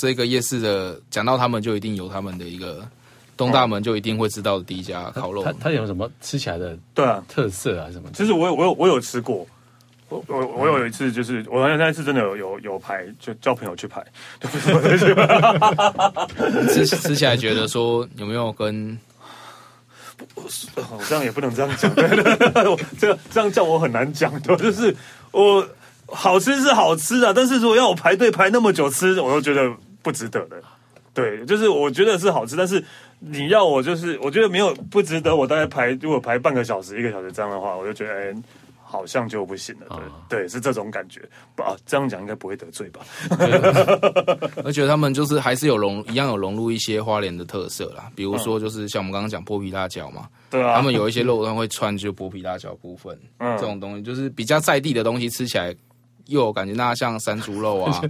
Speaker 4: 这个夜市的。讲到他们，就一定有他们的一个东大门，就一定会知道的第一
Speaker 1: 哦
Speaker 4: 家烤肉
Speaker 3: 它。它有什么吃起来的
Speaker 1: 对啊，
Speaker 3: 特色啊什么的？
Speaker 1: 其实我有我有我有吃过，我我我有一次就是我好像那一次真的有有有排，就叫朋友去排， 对不是我
Speaker 4: 吃吃起来觉得说有没有跟
Speaker 1: 好像也不哦能这样讲， 对对对，我这个这样叫我很难讲 的，就是我好吃是好吃啊，但是如果要我排队排那么久吃，我又觉得不值得的。对，就是我觉得是好吃，但是你要我就是我觉得没有不值得，我大概排如果排半个小时、一个小时这样的话，我就觉得哎。好像就不行了，对、
Speaker 4: 哦
Speaker 1: 对，是这种感觉。不啊，这样讲应该不会得罪吧？
Speaker 4: 而且他们就是还是有融一样有融入一些花莲的特色啦，比如说就是像我们刚刚讲剥皮辣椒嘛，
Speaker 1: 对嗯啊，
Speaker 4: 他们有一些肉他会穿就剥皮辣椒部分
Speaker 1: 嗯
Speaker 4: 这种东西，就是比较在地的东西，吃起来又有感觉。那像山竹肉 啊，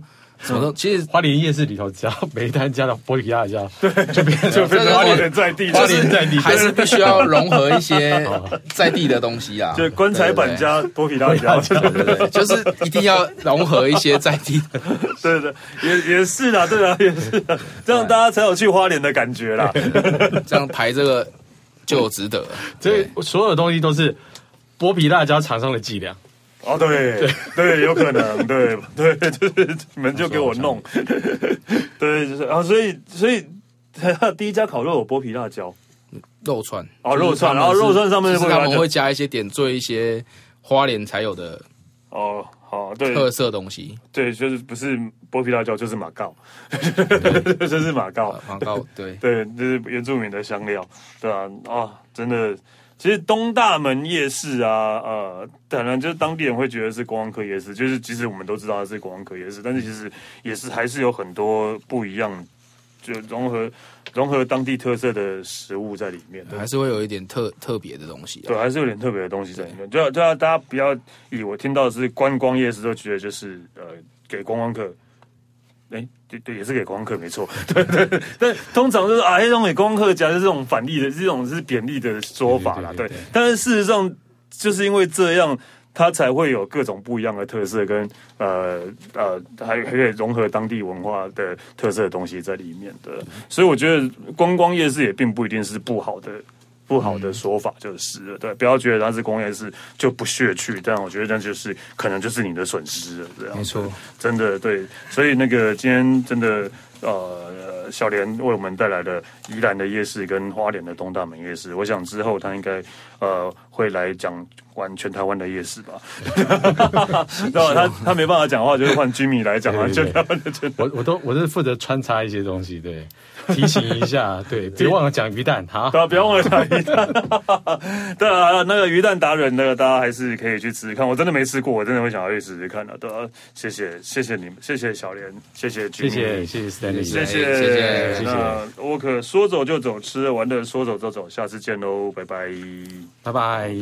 Speaker 4: 什么都其实
Speaker 3: 花莲夜市里头，只要 每一摊加到玻璃辣椒，对，就变就
Speaker 1: 真
Speaker 3: 变成
Speaker 1: 的
Speaker 3: 花
Speaker 1: 花
Speaker 3: 莲
Speaker 1: 莲在 地，
Speaker 3: 花
Speaker 1: 就
Speaker 3: 莲
Speaker 1: 是
Speaker 3: 在地，
Speaker 4: 还是必须要融合 一些在地的东西啊，
Speaker 1: 就是棺材板
Speaker 4: 对对对
Speaker 1: 加多皮辣椒，
Speaker 4: 对对对，就是一定要融合一些在地。
Speaker 1: 对对，也也是啦，对啊，也是啦，这样大家才有去花莲的感觉啦。
Speaker 4: 这样排这个就有值得。
Speaker 3: 所以所有的东西都是剥皮辣椒厂商的伎俩。
Speaker 1: 哦，对对，有可能，对对，就是你们就给我弄，对，就是啊，所以所以。第一家烤肉有剥皮辣椒，
Speaker 4: 肉串
Speaker 1: 哦
Speaker 4: 就是
Speaker 1: 肉串
Speaker 4: 他
Speaker 1: 然
Speaker 4: 们是
Speaker 1: 后肉串上面
Speaker 4: 就是
Speaker 1: 会有
Speaker 4: 他们会加一些点缀一些花莲才有的
Speaker 1: 哦，好，对
Speaker 4: 特色东西，
Speaker 1: 对，就是不是剥皮辣椒就是马告， 就是马告，
Speaker 4: 广告啊对。
Speaker 1: 对，就是原住民的香料，对啊，啊，真的，其实东大门夜市啊，呃，当然就是当地人会觉得是观光客夜市，就是即使我们都知道它是观光客夜市，但是其实也是还是有很多不一样。就融合融合当地特色的食物在里面。对
Speaker 4: 还是会有一点特特别的东西啊。
Speaker 1: 对，还是有点特别的东西在里面。就要就要啊大家不要以我听到的是观光夜市，都觉得就是呃给观光客，哎、对对，也是给观光客，没错。对对， 但通常就是啊，这种给观光客讲是这种反例的，这种是贬义的说法啦。
Speaker 3: 对对对对
Speaker 1: 对，但是事实上就是因为这样。它才会有各种不一样的特色跟，呃呃，还还可以融合当地文化的特色的东西在里面的，所以我觉得观光夜市也并不一定是不好的不好的说法就是
Speaker 3: 嗯
Speaker 1: 了，对，不要觉得它是工业是就不屑去，但我觉得那就是可能就是你的损失了，这样
Speaker 4: 没错，
Speaker 1: 真的对，所以那个今天真的呃，小莲为我们带来了宜兰的夜市跟花莲的东大门夜市，我想之后他应该呃会来讲完全台湾的夜市吧，
Speaker 3: 哦
Speaker 1: 然后他他没办法讲话，就会换 Jimmy 来讲啊，
Speaker 3: 对
Speaker 1: 就
Speaker 3: 对对
Speaker 1: 台湾的全
Speaker 3: 我我都我是负责穿插一些东西，对，提醒一下，对，别忘了讲鱼蛋哈
Speaker 1: 对。啊，不要忘了打鱼蛋。 对啊，那个鱼蛋达人，那个大家还是可以去吃吃看。我真的没吃过，我真的会想要去试试看的、对啊，谢谢，谢谢你们，谢谢小莲，谢谢
Speaker 3: 谢
Speaker 1: Jimmy，
Speaker 3: 谢谢谢 Stanley，
Speaker 1: 谢谢，
Speaker 4: 谢谢
Speaker 3: 谢谢
Speaker 1: 那我可说走就走，吃了玩的说走就走，下次见喽，拜拜。
Speaker 3: 拜拜。